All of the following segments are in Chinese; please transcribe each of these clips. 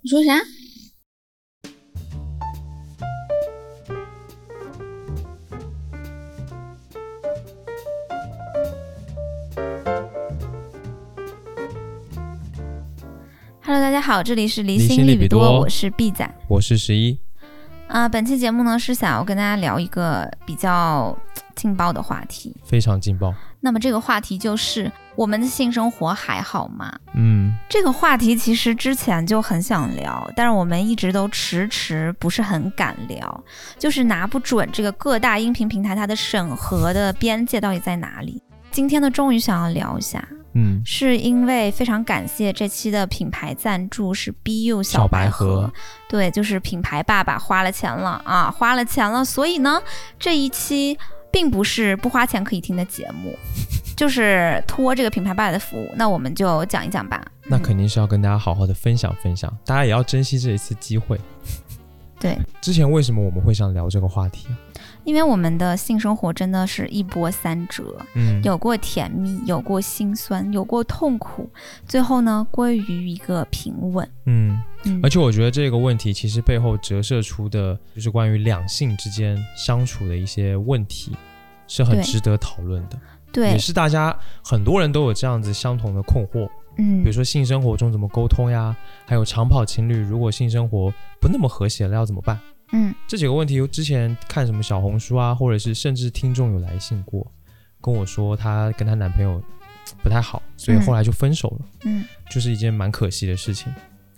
你说啥？Hello，大家好，这里是离离心心力力比比多，多我是 B 仔。我是十一，啊、本期节目呢是想要跟大家聊一个比较劲爆的话题。非常劲爆。那么这个话题就是我们的性生活还好吗？嗯，这个话题其实之前就很想聊，但是我们一直都迟迟不是很敢聊，就是拿不准这个各大音频平台它的审核的边界到底在哪里。今天呢，终于想要聊一下，嗯，是因为非常感谢这期的品牌赞助是 BU 小白盒，盒对，就是品牌爸爸花了钱了啊，花了钱了，所以呢，这一期并不是不花钱可以听的节目，就是托这个品牌爸爸的福，那我们就讲一讲吧。那嗯肯定是要跟大家好好的分享分享，大家也要珍惜这一次机会。 对，之前为什么我们会想聊这个话题啊？因为我们的性生活真的是一波三折，嗯，有过甜蜜，有过心酸，有过痛苦，最后呢归于一个平稳。嗯，嗯而，且我觉得这个问题其实背后折射出的就是关于两性之间相处的一些问题，是很对值得讨论的，对也，是大家很多人都有这样子相同的困惑。嗯比如，说性生活中怎么沟通呀，还有长跑情侣如果性生活不那么和谐了要怎么办？嗯，这几个问题，之前看什么小红书啊，或者是甚至听众有来信过，跟我说她跟她男朋友不太好，所以嗯后来就分手了。嗯，就是一件蛮可惜的事情。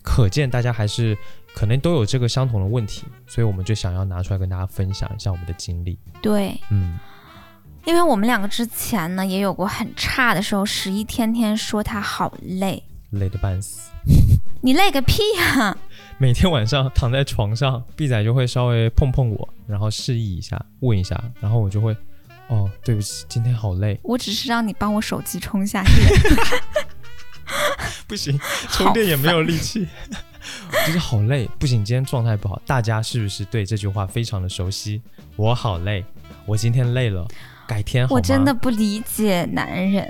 可见大家还是可能都有这个相同的问题，所以我们就想要拿出来跟大家分享一下我们的经历。对，嗯，因为我们两个之前呢也有过很差的时候，十一天天说他好累，累得半死。你累个屁呀、每天晚上躺在床上，毕仔就会稍微碰碰我，然后示意一下，问一下，然后我就会，哦，对不起，今天好累，我只是让你帮我手机充一 下电，不行，充电也没有力 气，就是好累，不行，今天状态不好。大家是不是对这句话非常的熟悉？我好累，我今天累了，改天好吗？我真的，不理解男人。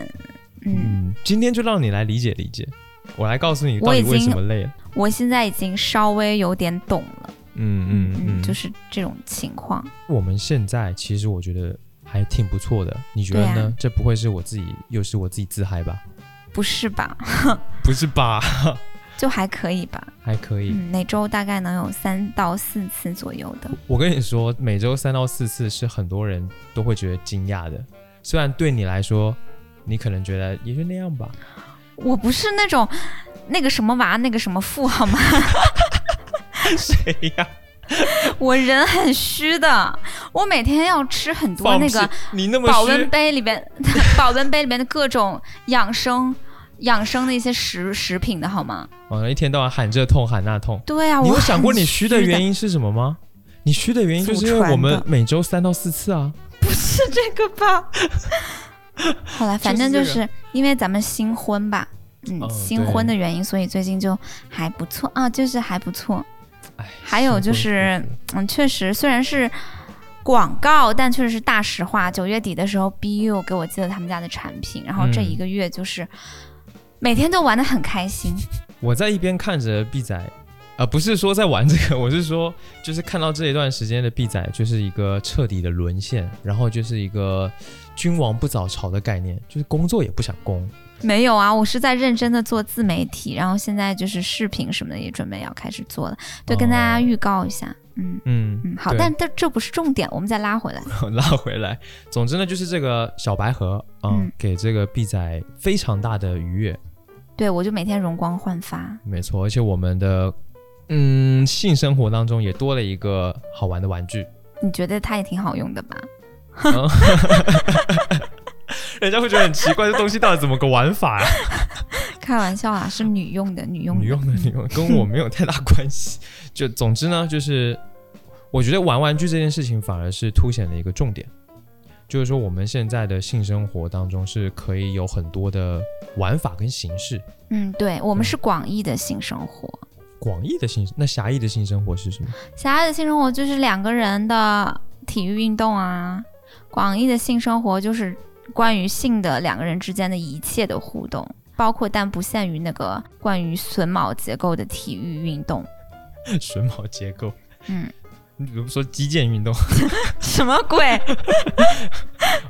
嗯，嗯，今天就让你来理解理解，我来告诉你到我已底经为什么累了。我现在已经稍微有点懂了，嗯嗯嗯，就是这种情况。我们现在其实我觉得还挺不错的，你觉得对呢？啊这不会是我自己又是我自己自嗨吧？不是吧？不是吧？就还可以吧。还可以。嗯，每周大概能有三到四次左右的。我跟你说，每周三到四次是很多人都会觉得惊讶的。虽然对你来说，你可能觉得也就那样吧，我不是那种那个什么娃那个什么富好 吗？谁呀？我人很虚的，我每天要吃很多放那屁个你那么保虚温，杯里边 保温杯里边的各种养生养生的一些食食品的好吗？哦，一天到晚喊这痛喊那痛。对啊，你我有想过很你虚虚的的原因是什么吗？你虚的原因就是因祖为传我们的每周三到四次啊。是这个吧？好了，反正就就是这是因为咱们新婚吧，嗯，嗯新婚的原因，所以最近就还不错啊，就是还不错。哎，还有就是辛苦辛苦嗯，确实，虽然是广告，但确实是大实话。九月底的时候，BU 给我寄了他们家的产品，然后这嗯一个月就是每天都玩的很开心。我在一边看着 B 仔，呃，不是说在玩这个，我是说就是看到这一段时间的 B 仔就是一个彻底的沦陷，然后就是一个君王不早朝的概念，就是工作也不想攻。没有啊，我是在认真的做自媒体，然后现在就是视频什么的也准备要开始做了，对，跟大家哦预告一下，嗯。嗯嗯，好，对但但这不是重点，我们再拉回来。拉回来，总之呢，就是这个小白盒，嗯，嗯给这个 B 仔非常大的愉悦，对我就每天容光焕发，没错，而且我们的。嗯，性生活当中也多了一个好玩的玩具，你觉得它也挺好用的吧？人家会觉得很奇怪，这东西到底怎么个玩法啊呀、开玩笑啊，是女用的，女用的，女用的女用的，跟我没有太大关系。就总之呢，就是我觉得玩玩具这件事情反而是凸显了一个重点，就是说我们现在的性生活当中是可以有很多的玩法跟形式。嗯，对我们对是广义的性生活，广义的性，那狭义的性生活是什么？ 狭隘的性生活就是两个人的体育运动啊，广义的性生活就是关于性的两个人之间的一切的互动，包括但不限于那个关于榫卯结构的体育运动。榫卯结构，嗯，你比如说击剑运动，什么鬼？嗯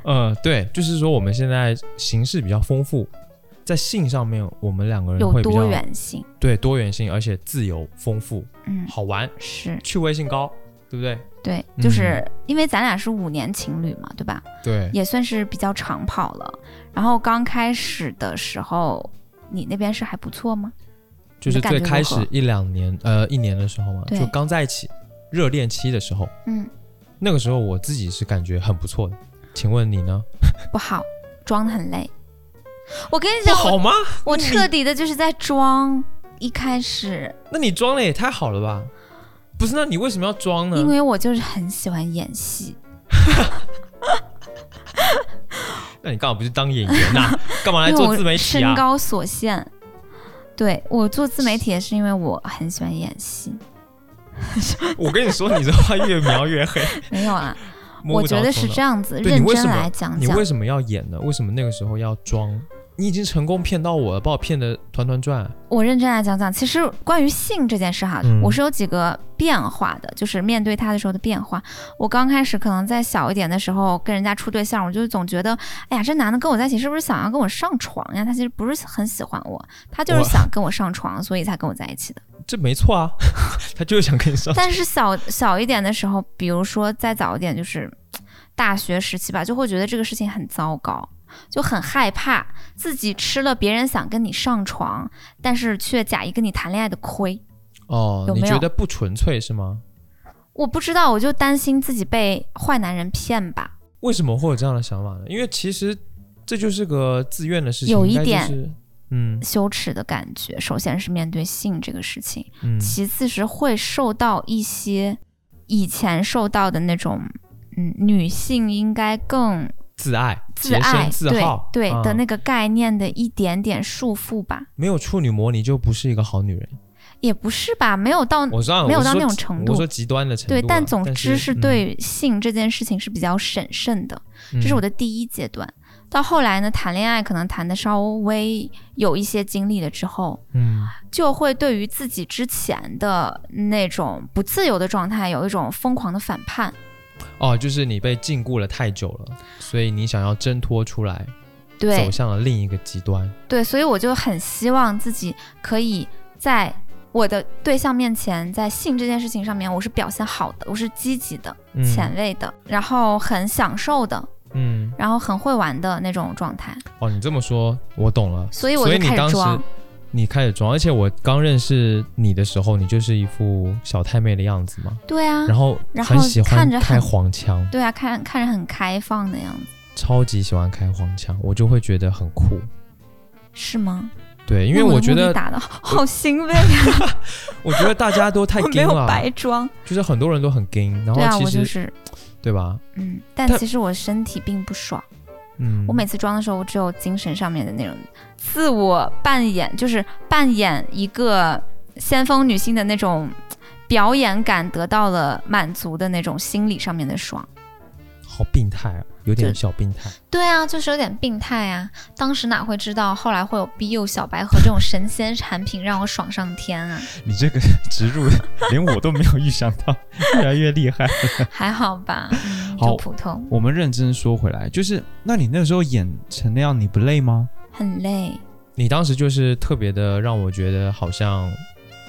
呃，对，就是说我们现在形式比较丰富，在性上面我们两个人有会比较多元性。对多元性，而且自由、丰富、嗯，好玩、是趣味性高，对不对？对，嗯就是因为咱俩是五年情侣嘛，对吧？对，也算是比较长跑了。然后刚开始的时候，你那边是还不错吗？就是最开始你的感觉如何一两年，呃，一年的时候嘛，对就刚在一起热恋期的时候，嗯，那个时候我自己是感觉很不错的。请问你呢？不好，装的很累。我跟你不讲，好吗？我彻底的就是在装。一开始，那你装的也太好了吧？不是，那你为什么要装呢？因为我就是很喜欢演戏，那你干嘛不去当演 员呐、干嘛来因为做我自媒体身？啊高所限，对我做自媒体也是因为我很喜欢演戏，我跟你说，你这话越描 越黑。没有啦，摸我不着觉得是头脑这样子。对你认为真什么来讲你讲为，什么要演呢？为什么那个时候要装？你已经成功骗到我了，把我骗得团团转。啊我认真来讲讲，其实关于性这件事哈，嗯我是有几个变化的，就是面对它的时候的变化。我刚开始可能在小一点的时候跟人家处对象，我就总觉得，哎呀，这男的跟我在一起是不是想要跟我上床呀？他其实不是很喜欢我，他就是我想跟我上床，所以才跟我在一 起的。这没错啊，他就是想跟你上。但是小小一点的时候，比如说再早一点，就是大学时期吧，就会觉得这个事情很糟糕，就很害怕自己吃了别人想跟你上床，但是却假意跟你谈恋爱的亏。哦，有你没觉有得不纯粹是吗？我不知道，我就担心自己被坏男人骗吧。为什么会有这样的想法呢？因为其实这就是个自愿的事情，有一应该点就是嗯羞耻的感觉，首先是面对性这个事情，嗯，其次是会受到一些以前受到的那种，嗯，女性应该更自爱、自洁身爱自好，对对、的嗯那个概念的一点点束缚吧，没有处女膜，你就不是一个好女人。也不是吧，没有到我知道没有我是到说那种极程我度说极端的程度啊、对，但总之是是，对性这件事情是比较审慎的，嗯这是我嗯的第一阶段。到后来呢，谈恋爱可能谈的稍微有一些经历了之后，嗯就会对于自己之前的那种不自由的状态有一种疯狂的反叛。哦，就是你被禁锢了太久了，所以你想要挣脱出来，对走向了另一个极端。对，所以我就很希望自己可以在我的对象面前，在性这件事情上面，我是表现好的，我是积极的、嗯前卫的，然后很享受的，嗯，然后很会玩的那种状态。哦，你这么说，我懂了。所以我所以就你开当始时装。你开始装，而且我刚认识你的时候，你就是一副小太妹的样子嘛，对啊，然后然后很喜欢看着很开黄腔，对啊，看看着很开放的样子，超级喜欢开黄腔，我就会觉得很酷。是吗？对，因为那我我的觉目的得，打的好欣慰啊，我觉得大家都太 我没硬有了，白装。就是很多人都很硬，然后对啊，其我实、就是对吧？嗯，但但其实我身体并不爽。嗯，我每次装的时候，我只有精神上面的那种自我扮演，就是扮演一个先锋女性的那种表演感得到了满足的那种心理上面的爽。好病态啊，有就点小病态。对啊，就是有点病态啊！当时哪会知道后来会有 B 柚小白盒这种神仙产品让我爽上天啊？ 你这个 植入连我都没有预想到，越来越厉 害。还好吧，嗯、好就普通，我们认真说回来，就是那你那时候演成那样，你不累吗？很累。你当时就是特别的让我觉得好像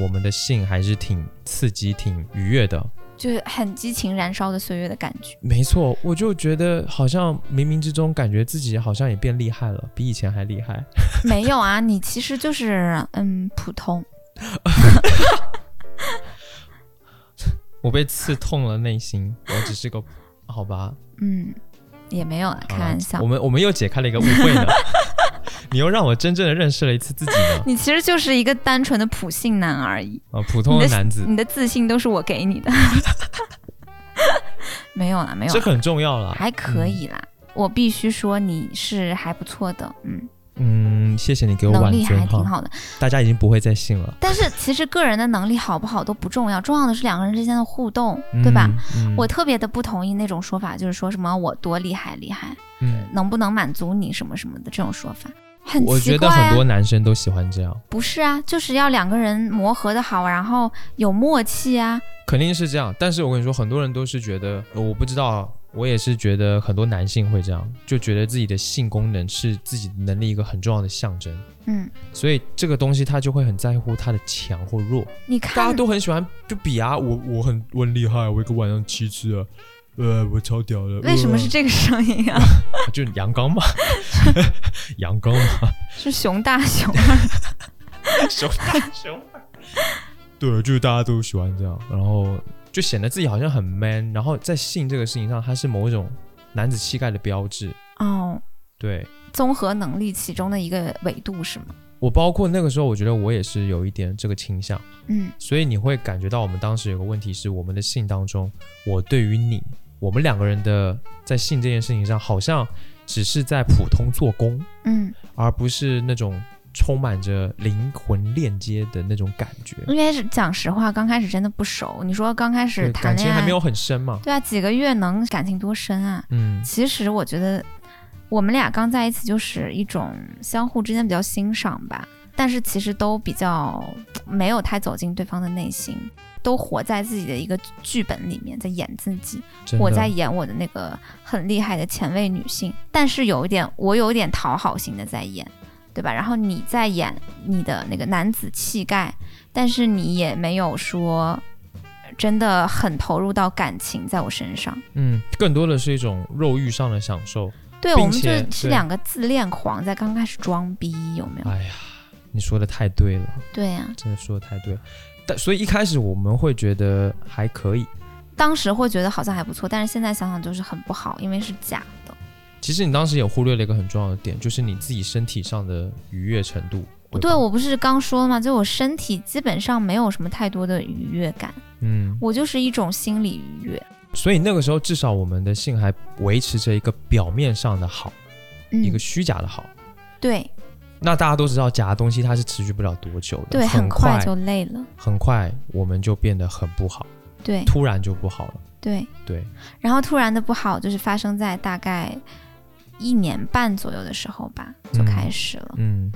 我们的性还是挺刺激、挺愉悦的。就是很激情燃烧的岁月的感 觉，没错，我就觉得好像冥冥之中感觉自己好像也变厉害了，比以前还厉害。没有啊？你其实就是嗯普通，我被刺痛了内心，我只是个 好吧，嗯，也没有啊，好开啦玩笑我。们我们又解开了一个误会 呢，你又让我真正的认识了一次自己呢。你其实就是一个单纯的普信男而已，啊，普通的你的男子，你的自信都是我给你的。 没有啦，没有这啦，很重要啦。还可以啦。我必须说你是还不错的，嗯，嗯，谢谢你给我能挽力尊还挺哈，好的。大家已经不会再信了，但是其实个人的能力好不好都不重要，重要的是两个人之间的互动，对吧？嗯？嗯我特别的不同意那种说法，就是说什么我多厉害厉害，嗯能不能满足你什么什么的这种说法。很我觉奇得怪啊。很多男生都喜欢这样，不是啊，就是要两个人磨合的好，然后有默契啊。肯定是这样。但是我跟你说，很多人都是觉得，呃我不知道，我也是觉得很多男性会这样，就觉得自己的性功能是自己能力一个很重要的象征，嗯，所以这个东西他就会很在乎他的强或弱。你大家看，都很喜欢就比啊，我我很我很厉害，我一个晚上七次啊，呃，我超屌的。为什么是这个声音啊？呃？就阳刚嘛， 阳刚嘛，是熊大熊啊， 熊大熊。 对，就是大家都喜欢这样，然后就显得自己好像很 man，然后在性这个事情上，它是某一种男子气概的标志。哦，对综合能力其中的一个维度是吗？我，包括那个时候，我觉得我也是有一点这个倾向，嗯所以你会感觉到我们当时有个问题是，我们的性当中，我对于你，我们两个人的在性这件事情上，好像只是在普通做工，嗯，而不是那种充满着灵魂链接的那种感觉。因为是讲实话，刚开始真的不熟。你说刚开对始谈感情恋爱，还没有很深嘛。对啊，几个月能感情多深啊？嗯，其实我觉得我们俩刚在一起就是一种相互之间比较欣赏吧，但是其实都比较没有太走进对方的内心，都活在自己的一个剧本里面，在演自己，真的我在演我的那个很厉害的前卫女性，但是有一点我有一点讨好型的在演。对吧？然后你在演你的那个男子气概，但是你也没有说真的很投入到感情在我身上。嗯，更多的是一种肉欲上的享受。对，并我们且这是对两个自恋狂，在刚开始装逼，有没有？哎呀，你说的太对了，对啊呀、真的说的太对了。但所以一开始我们会觉得还可以，当时会觉得好像还不错，但是现在想想就是很不好，因为是假的。其实你当时也忽略了一个很重要的点，就是你自己身体上的愉悦程度。对吧，我不是刚说了吗？就我身体基本上没有什么太多的愉悦感，嗯，我就是一种心理愉悦。所以那个时候至少我们的性还维持着一个表面上的好，嗯一个，虚假的好。对那大家都知道，假的东西它是持续不了多久的，对，很很快就累了。很快我们就变得很不好，对突然就不好了。对，对，然后突然的不好就是发生在大概一年半左右的时候吧，就嗯开始了，嗯，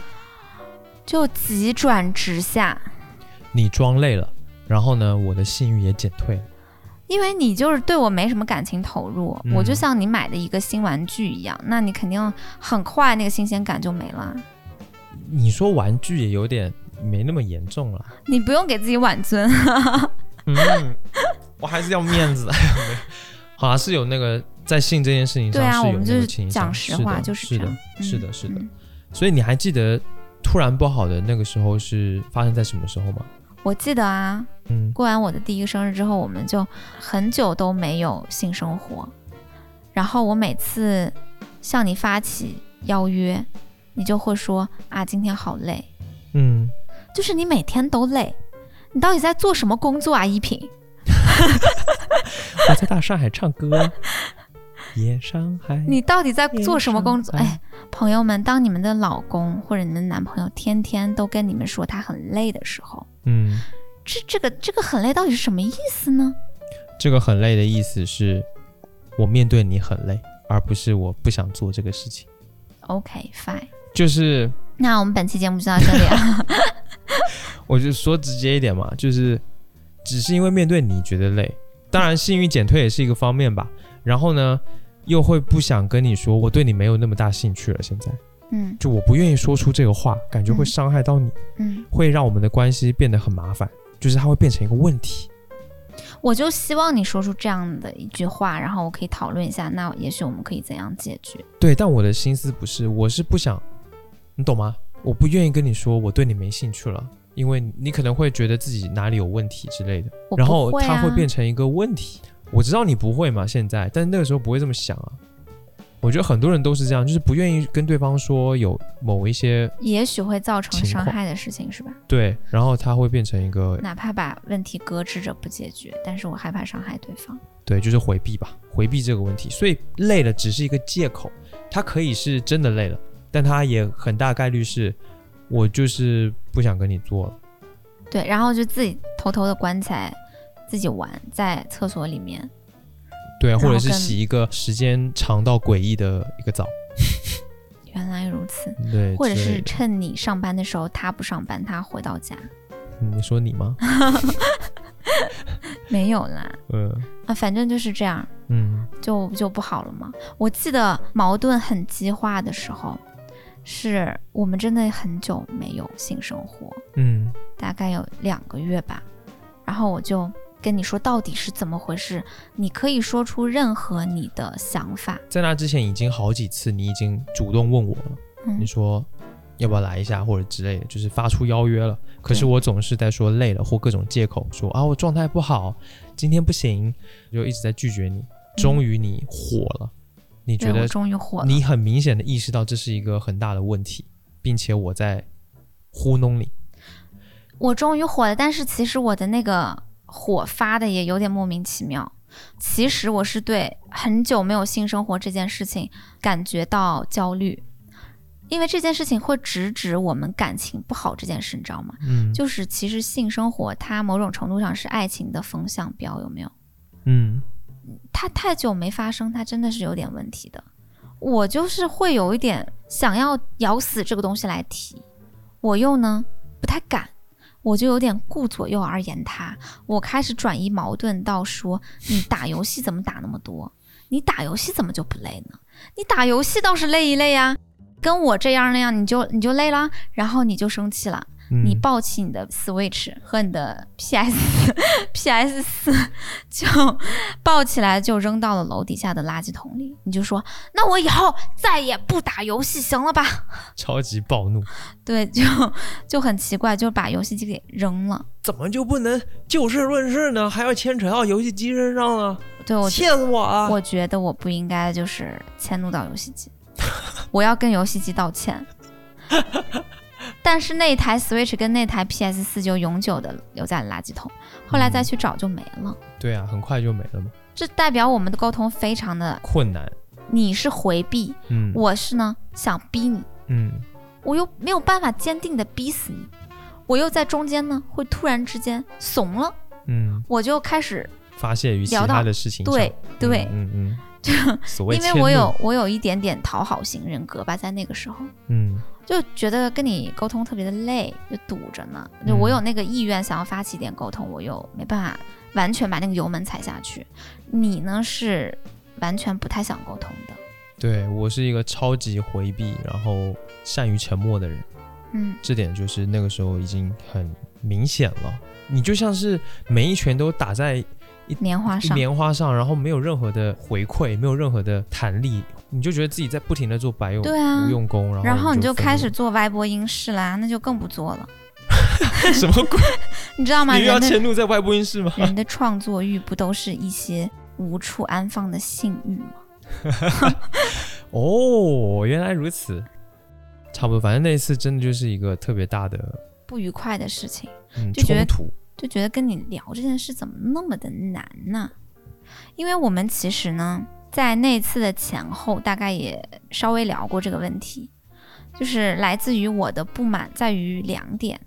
就急转直下。你装累了，然后呢，我的性欲也减退了。因为你就是对我没什么感情投入，嗯我就像你买的一个新玩具一样，那你肯定很快那个新鲜感就没了。你说玩具也有点没那么严重 了。你不用给自己挽尊，嗯，我还是要面子。 好啊像是有那个在性这件事情对上啊，是我有们就那个是倾向，讲实话，的就是是这的样。， 是的，是的。嗯所以你还记得突然不好的那个时候是发生在什么时候吗？我记得啊，嗯，过完我的第一个生日之后，我们就很久都没有性生活，然后我每次向你发起邀约，你就会说啊，今天好累，嗯，就是你每天都累，你到底在做什么工作啊，依萍？我在大上海唱 歌，夜上海。你到底在做什么工作？嗯哎，朋友们，当你们的老公或者你的男朋友天天都跟你们说他很累的时候，嗯，这这个这个很累到底是什么意思呢？这个很累的意思是，我面对你很累，而不是我不想做这个事情。 ？OK fine，就是那我们本期节目就到这里 了。我就说直接一点嘛，就是只是因为面对你觉得累，当然性欲减退也是一个方面吧。然后呢，又会不想跟你说，我对你没有那么大兴趣了。现在嗯就我不愿意说出这个话，感觉会嗯伤害到你，嗯，会让我们的关系变得很麻烦，就是它会变成一个问题。我就希望你说出这样的一句话，然后我可以讨论一下，那也许我们可以怎样解决？对，但我的心思不是，我是不想，你懂吗？我不愿意跟你说我对你没兴趣了，因为你可能会觉得自己哪里有问题之类的。我然后不会它啊，会变成一个问题。我知道你不会嘛，现在，但是那个时候不会这么想啊。我觉得很多人都是这样，就是不愿意跟对方说有某一些也许会造成情伤况害的事情，是吧？对，然后他会变成一个哪怕把问题搁置着不解决，但是我害怕伤害对方。对，就是回避吧，回避这个问题。所以累了只是一个借口，他可以是真的累了，但他也很大概率是我就是不想跟你做了。对，然后就自己偷偷的关起来，自己玩在厕所里面。对，啊然或者后是跟洗一个时间长到诡异的一个澡，原原来如此，对，或者之类是的趁你上班的时候他不上班，他回到家嗯你说你 吗？没有啦嗯啊，反正就是这样，嗯，就就不好了嘛。我记得矛盾很激化的时候，是我们真的很久没有性生活，嗯，大概有两个月吧。然后我就跟你说到底是怎么回事，你可以说出任何你的想法。在那之前已经好几次，你已经主动问我了，嗯你说要不要来一下或者之类的，就是发出邀约了。可是对我总是在说累了或各种借口，说啊我状态不好，今天不行，就一直在拒绝你。终于你火了，你觉嗯对我得终于火了，你很明显的意识到这是一个很大的问题，并且我在糊弄你。我终于火了。但是其实我的那个火发的也有点莫名其妙。其实我是对很久没有性生活这件事情感觉到焦虑，因为这件事情会直指我们感情不好这件事，你知道吗？嗯就是其实性生活它某种程度上是爱情的风向标，有没有？嗯它太久没发生，它真的是有点问题的。我就是会有一点想要咬死这个东西来提，我又呢不太敢，我就有点顾左右而言他。我开始转移矛盾到说，你打游戏怎么打那么多？你打游戏怎么就不累呢？你打游戏倒是累一累呀、跟我这样那样你就你就累啦，然后你就生气了。嗯，你抱起你的 Switch 和你的 PS PS 四， 就抱起来就扔到了楼底下的垃圾桶里。你就说，那我以后再也不打游戏，行了吧？ 超级暴怒，对，就就很奇怪，就把游戏机给扔了。怎么就不能就事论事呢？还要牵扯到游戏机身上呢？对我，气死我了！我觉得我不应该就是迁怒到游戏机，我要跟游戏机道歉。但是那台 Switch 跟那台 PS 四就永久的留在了垃圾桶，后来再去找就没了。对啊，很快就没了嘛，这代表我们的沟通非常的，困难。你是回避，嗯我是呢想逼你，嗯我又没有办法坚定的逼死你，我又在中间呢会突然之间怂了，嗯，我就开始发泄于其聊到他的事情上。对嗯对，嗯嗯，所谓因为迁我怒有我有一点点讨好型人格吧，在那个时候嗯就觉得跟你沟通特别的累，就堵着呢，嗯就我有那个意愿想要发起一点沟通，我又没办法完全把那个油门踩下去，你呢是完全不太想沟通的，对我是一个超级回避，然后善于沉默的人。嗯。这点就是那个时候已经很明显了。你就像是每一拳都打在棉花上，棉花上，然后没有任何的回馈，没有任何的弹力，你就觉得自己在不停的做白用对啊无用功，然后然后你哦就就开愤始做歪播音室啦，那就更不做了，怒 什么鬼？你知道吗？你又要人的迁怒在外播音室吗？人的创作欲不都是一些无处安放的性欲吗？哦，原来如此。差不多，反正那一次真的就是一个特别大的不愉快的事情，嗯就觉冲得突。就觉得跟你聊这件事怎么那么的难呢？因为我们其实呢，在那次的前后，大概也稍微聊过这个问题，就是来自于我的不满在于两点：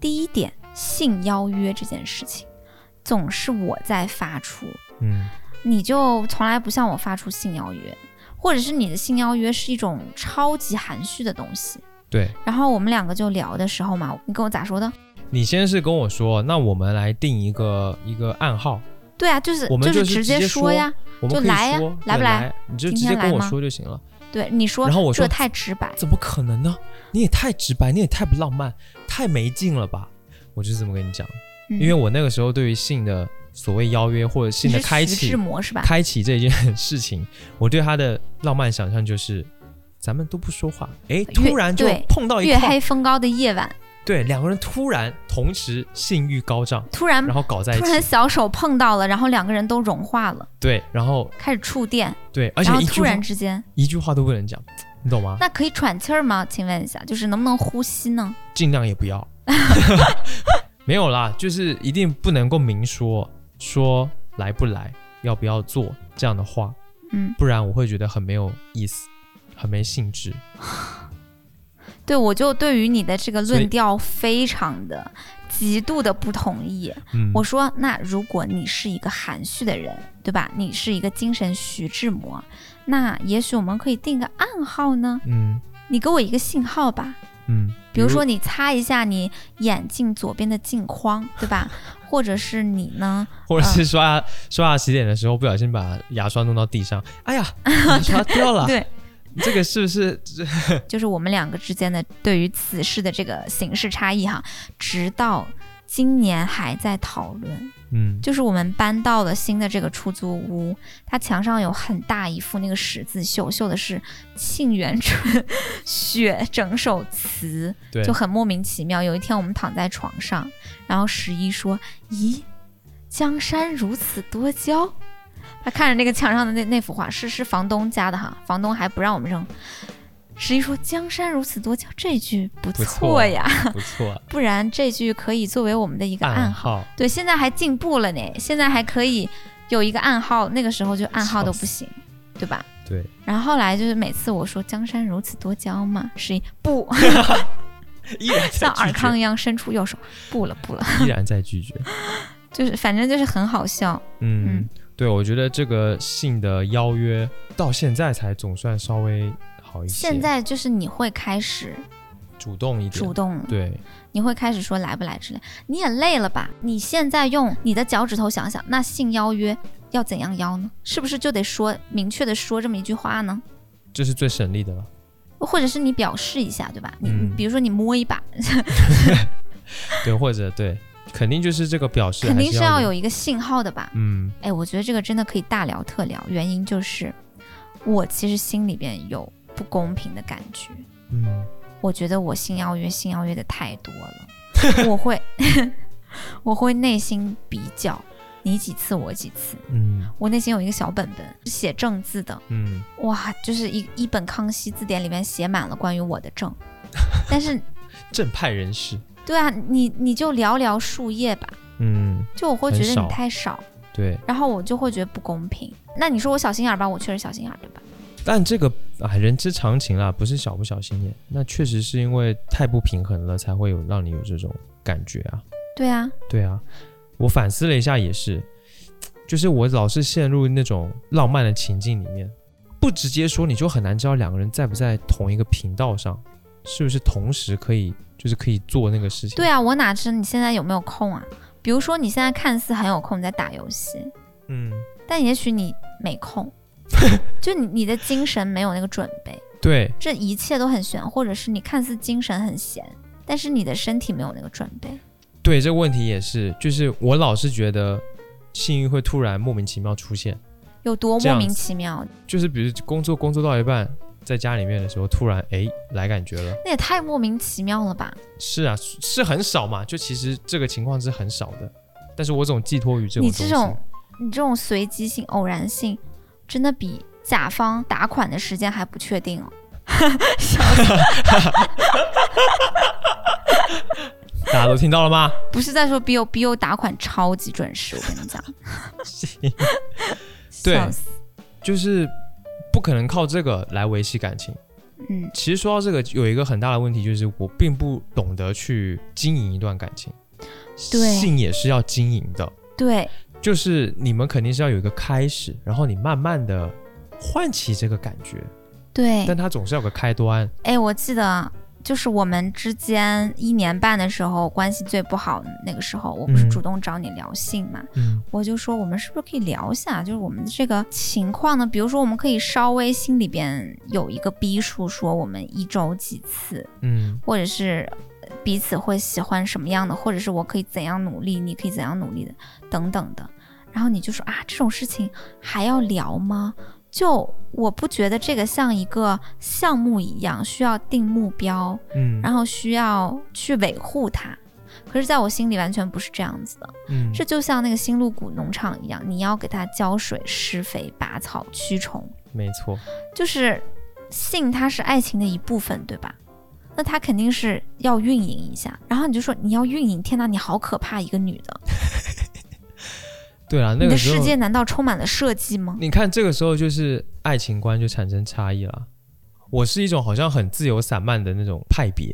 第一点，性邀约这件事情，总是我在发出，嗯你就从来不向我发出性邀约，或者是你的性邀约是一种超级含蓄的东西。对然后我们两个就聊的时候嘛，你跟我咋说的？你先是跟我说，那我们来定一个一个暗号，对啊，就是我们就是直接直接说呀，我们就可以来呀啊说来不对来来？你就直今天接跟来我吗说就行了。对你说，然后我说这太直白，怎么可能呢？你也太直白，你也太不浪漫，太没劲了吧？我就是这么跟你讲，嗯、因为我那个时候对于性的所谓邀约或者性的开你是徐启志，摩是吧？ 开启这件事情，我对他的浪漫想象就是，咱们都不说话，哎，突然就对碰到一月块黑儿，风高的夜晚，对，两个人突然同时性欲高涨，突然然后搞在一嗯突然起，小手碰到了，然后两个人都融化了，对，然后开始触电，对，而且然后一句突话然之间，一句话都不能讲，你懂吗？那可以喘气儿吗？请问一下，就是能不能呼吸呢？尽量也 不要。没有啦，就是一定不能够明说说来不来，要不要做这样的话，嗯，不然我会觉得很没有意思，很没兴致。对，我就对于你的这个所以论调非常的极度的不同意。嗯，我说，那如果你是一个含蓄的人，对吧？你是一个精神徐志摩，那也许我们可以定个暗号呢，嗯，你给我一个信号吧，嗯，比如说你擦一下你眼镜左边的镜框，对吧？ 或者是你呢？或者是刷牙、刷牙洗脸的时候不小心把牙刷弄到 地上，哎呀，牙刷掉了，对，这个是不是？这就是我们两个之间的对于此事的这个形式差异哈，直到今年还在讨论。嗯就是我们搬到了新的这个出租屋，它墙上有很大一幅那个十字绣，绣的是沁园春 雪整首词，对就很莫名其妙。有一天我们躺在床上，然后十一说：“咦，江山如此多娇。”他看着那个墙上的那那幅画，是是房东家的哈，房东还不让我们扔。十一说：“江山如此多娇，这句不错不错呀， 不错，不然这句可以作为我们的一个暗暗号。”号，对，现在还进步了呢，现在还可以有一个暗号，那个时候就暗号都不行，对吧？ 对， 然后后来就是每次我说“江山如此多娇”嘛，是一不依然在像尔拒康绝，一样伸出右手，不了不了， 依然在拒绝，就是反正就是很好笑。嗯嗯，对，我觉得这个性的邀约到现在才总算稍微好一些，现在就是你会开始主动一点，主动了，对，你会开始说来不来之类，你也累了吧？你现在用你的脚趾头想想，那性邀约要怎样邀呢？是不是就得说明确的说这么一句话呢？这是最省力的了。或者是你表示一下，对吧？你、嗯你比如说你摸一把，对，或者对，肯定就是这个表示，肯定是要要有，一个信号的吧？嗯哎，我觉得这个真的可以大聊特聊，原因就是我其实心里边有不公平的感觉，嗯，我觉得我性邀约性邀约的太多了， 我会 我会内心比较。你几次我几次，嗯我内心有一个小本本，是写正字的，嗯，哇，就是一一本《康熙字典》里面写满了关于我的 正，但是正派人士，对啊，你你就寥寥数页吧，嗯，就我会觉很得你少太少，对。然后我就会觉得不公平。那你说我小心眼儿吧，我确实小心眼儿，对吧？但这个啊，人之常情啦，不是小不小心眼，那确实是因为太不平衡了，才会有让你有这种感觉啊。对啊，对啊，我反思了一下，也是，就是我老是陷入那种浪漫的情境里面，不直接说，你就很难知道两个人在不在同一个频道上，是不是同时可以，就是可以做那个事情。对啊，我哪知你现在有没有空啊？比如说你现在看似很有空你在打游戏，嗯，但也许你没 空，就你你的精神没有那个准备，对，这一切都很悬，或者是你看似精神很闲，但是你的身体没有那个准备。对这个问题也是，就是我老是觉得性欲会突然莫名其妙出现，有多这莫样名其妙，就是比如工作工作到一半，在家里面的时候突然哎来感觉了，那也太莫名其妙了吧？是啊，是很少嘛，就其实这个情况是很少的，但是我总寄托于这种你东这西种你这种随机性、偶然性，真的比甲方打款的时间还不确定哦。大家都听到了吗？不是在说 BO BO 打款超级准时，我跟你讲，对笑死， 就是不可能靠这个来维系感情。嗯，其实说到这个，有一个很大的问题就是我并不懂得去经营一段感情，对性也是要经营的。对就是你们肯定是要有一个开始，然后你慢慢的唤起这个感觉，对但，它总是要有个开端。哎，我记得就是我们之间一年半的时候关系最不好那个时候，我不是嗯主动找你聊性嘛，嗯我就说我们是不是可以聊一下，就是我们这个情况呢？比如说我们可以稍微心里边有一个逼数，说我们一周几次，嗯或者是呃彼此会喜欢什么样的，或者是我可以怎样努力，你可以怎样努力的，等等的。然后你就说啊，这种事情还要聊吗？就我不觉得这个像一个项目一样，需要定目标，嗯然后需要去维护它。可是，在我心里完全不是这样子的，嗯这就像那个新露谷农场一样，你要给它浇水、施肥、拔草、驱虫，没错，就是性它是爱情的一部分，对吧？那它肯定是要运营一下，然后你就说你要运营，天哪，你好可怕！一个女的，对啦，那你个的时世候界难道充满了设计吗？你看这个时候就是爱情观就产生差异了。我是一种好像很自由散漫的那种派别，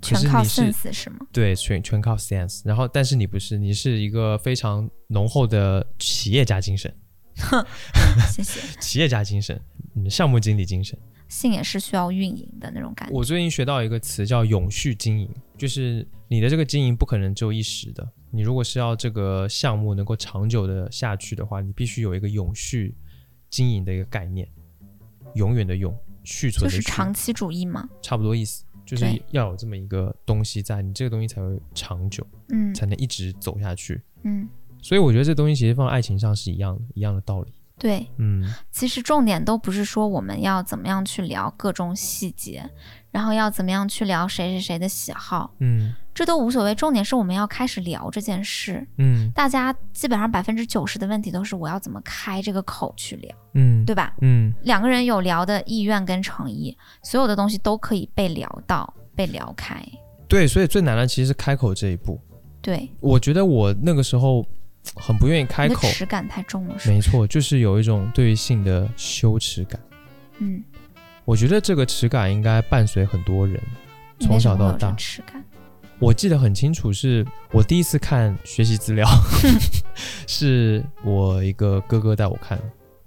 可全是靠你是 sense 是吗？对全全靠 sense，然后但是你不是，你是一个非常浓厚的企业家精神，谢谢。企业家精神，嗯，项目经理精神。性也是需要运营的那种感觉。我最近学到一个词叫永续经营，就是你的这个经营不可能只有一时的，你如果是要这个项目能够长久的下去的话，你必须有一个永续经营的一个概念，永远的永，续存就的续，是长期主义嘛，差不多意思，就是对要有这么一个东西在，你这个东西才会长久，嗯才能一直走下去。嗯，所以我觉得这东西其实放在爱情上是一样的，一样的道理。对，嗯，其实重点都不是说我们要怎么样去聊各种细节，然后要怎么样去聊谁谁谁的喜好，嗯这都无所谓。重点是我们要开始聊这件事。嗯大家基本上百分之九十的问题都是我要怎么开这个口去聊，嗯，对吧？嗯，两个人有聊的意愿跟诚意，所有的东西都可以被聊到、被聊开。对，所以最难的其实是开口这一步。对，我觉得我那个时候很不愿意开你的口，耻感太重了，是没不是？错，就是有一种对于性的羞耻感。嗯，我觉得这个耻感应该伴随很多人。你为什么从小会到有这大耻感，我记得很清楚，是我第一次看学习资 料，是我一个哥哥带我看的。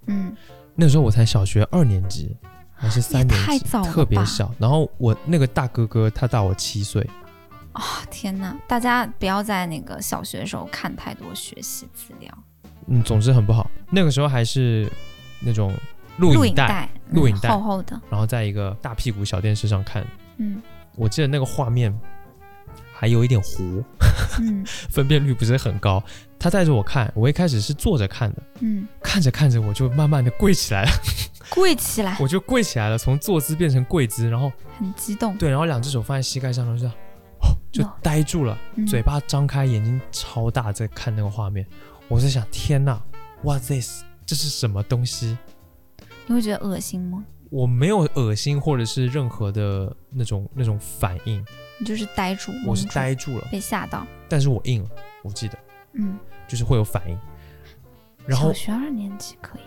嗯，那时候我才小学二年级还是三年级，也太早了吧特别小。然后我那个大哥哥他大我七岁，啊、天哪！大家不要在那个小学的时候看太多学习资料，嗯，总之很不好。那个时候还是那种录录影带，带，录影嗯带厚厚的，然后在一个大屁股小电视上看。 嗯我记得那个画面还有一点糊，嗯分辨率不是很高。他带着我看，我一开始是坐着看的，嗯，看着看着我就慢慢的跪起来了，跪起来，我就跪起来了，从坐姿变成跪姿，然后很激动，对，然后两只手放在膝盖上，然后就这样。哦就哇呆住了，嗯嘴巴张开，眼睛超大，在看那个画面。我在想，天呐 w h a t this？这是什么东西？你会觉得恶心吗？我没有恶心或者是任何的那种那种反应，你就是呆住，我是蒙住呆住了，被吓到，但是我硬了，我记得嗯，就是会有反应。然后小学二年级可以，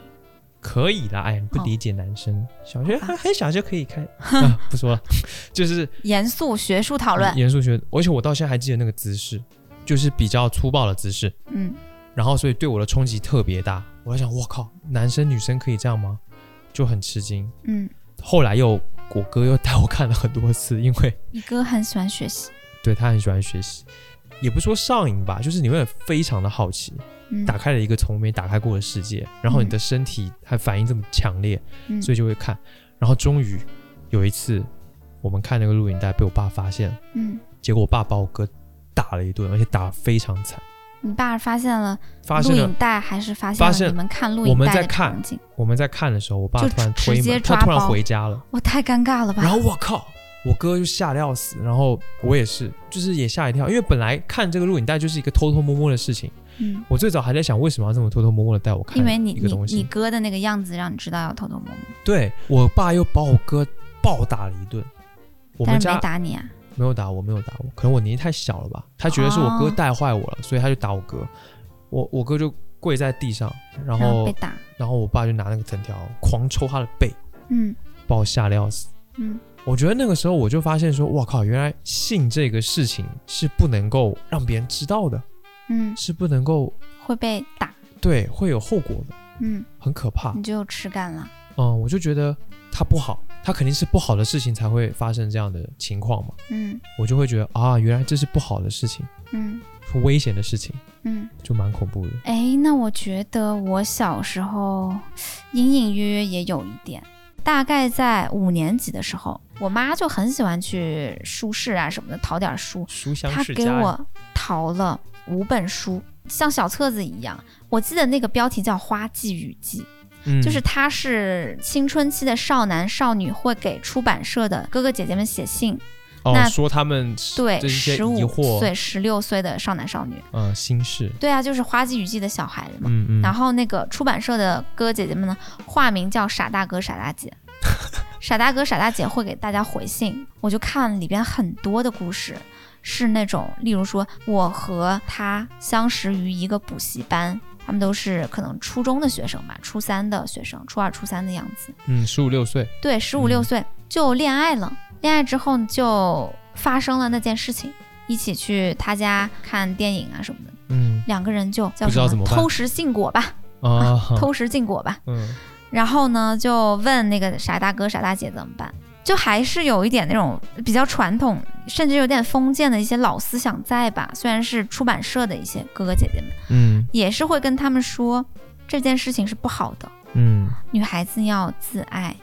可以啦，哎，你不哦理解男生，小学好吧还很小就可以 开，啊、不说了，就是严肃学术讨论，严肃学，而且我到现在还记得那个姿势，就是比较粗暴的姿势，嗯，然后所以对我的冲击特别大。我在想，我靠，男生女生可以这样吗？就很吃惊。嗯，后来又我哥又带我看了很多次，因为你哥很喜欢学习，对他很喜欢学习，也不说上瘾吧，就是你会非常的好奇，嗯，打开了一个从没打开过的世界，然后你的身体还反应这么强烈，嗯所以就会看。然后终于有一次，我们看那个录影带被我爸发现了，嗯，结果我爸把我哥打了一顿，而且打得非常惨。你爸发现了发录生了影带，还是发发现现了你们看录我影们带在的看场景？我们在看的时候，我爸就突然推直接门，他抓突然包回家了，我太尴尬了吧？然后我靠，我哥就吓得要死，然后我也是，就是也吓一跳，因为本来看这个录影带就是一个偷偷摸摸的事情，嗯，我最早还在想为什么要这么偷偷摸摸的带我看因为你一个你东你西，哥的那个样子，让你知道要偷偷摸摸，对我爸又把我哥暴打了一顿，我们但是家没打你啊。没有打我，没有打我，可能我年纪太小了吧。他觉得是我哥带坏我了，所以他就打我哥。我我哥就跪在地上，然然后被打。然后我爸就拿那个藤条狂抽他的背，嗯把我吓得要死。嗯，我觉得那个时候我就发现说，哇靠，原来性这个事情是不能够让别人知道的，嗯，是不能够会被打。对会有后果的，嗯，很可怕。你就有耻感了。嗯，我就觉得他不好，他肯定是不好的事情才会发生这样的情况嘛。嗯我就会觉得啊，原来这是不好的事情，嗯是危险的事情，嗯。就蛮恐怖的。哎，那我觉得我小时候隐隐约约也有一点。大概在五年级的时候，我妈就很喜欢去书市啊什么的淘点书，书香他世给家，欸我淘了五本书，像小册子一样。我记得那个标题叫《花季雨季》，嗯就是它是青春期的少男少女会给出版社的哥哥姐姐们写信，哦那说他们对，这些十疑五惑，岁、十六岁的少男少女，嗯，心事，对啊，就是《花季雨季》的小孩子嘛。嗯嗯，然后后那个出版社的哥哥姐姐们呢，化名叫傻大哥、傻大 姐。傻大哥、傻大姐会给大家回信，我就看里边很多的故事，是那种，例如说我和他相识于一个补习班，他们都是可能初中的学生吧，初三的学生，初二、初三的样子。嗯，十五六岁，对，十五六嗯岁就恋爱了，恋爱之后就发生了那件事情，一起去他家看电影啊什么的，嗯两个人就叫不知道什怎么么办偷食禁果吧。啊，偷食禁果吧。嗯然后呢就问那个傻大哥傻大姐怎么办，就还是有一点那种比较传统，甚至有点封建的一些老思想在吧。虽然是出版社的一些哥哥姐姐们，嗯也是会跟他们说这件事情是不好的，嗯女孩子要自爱，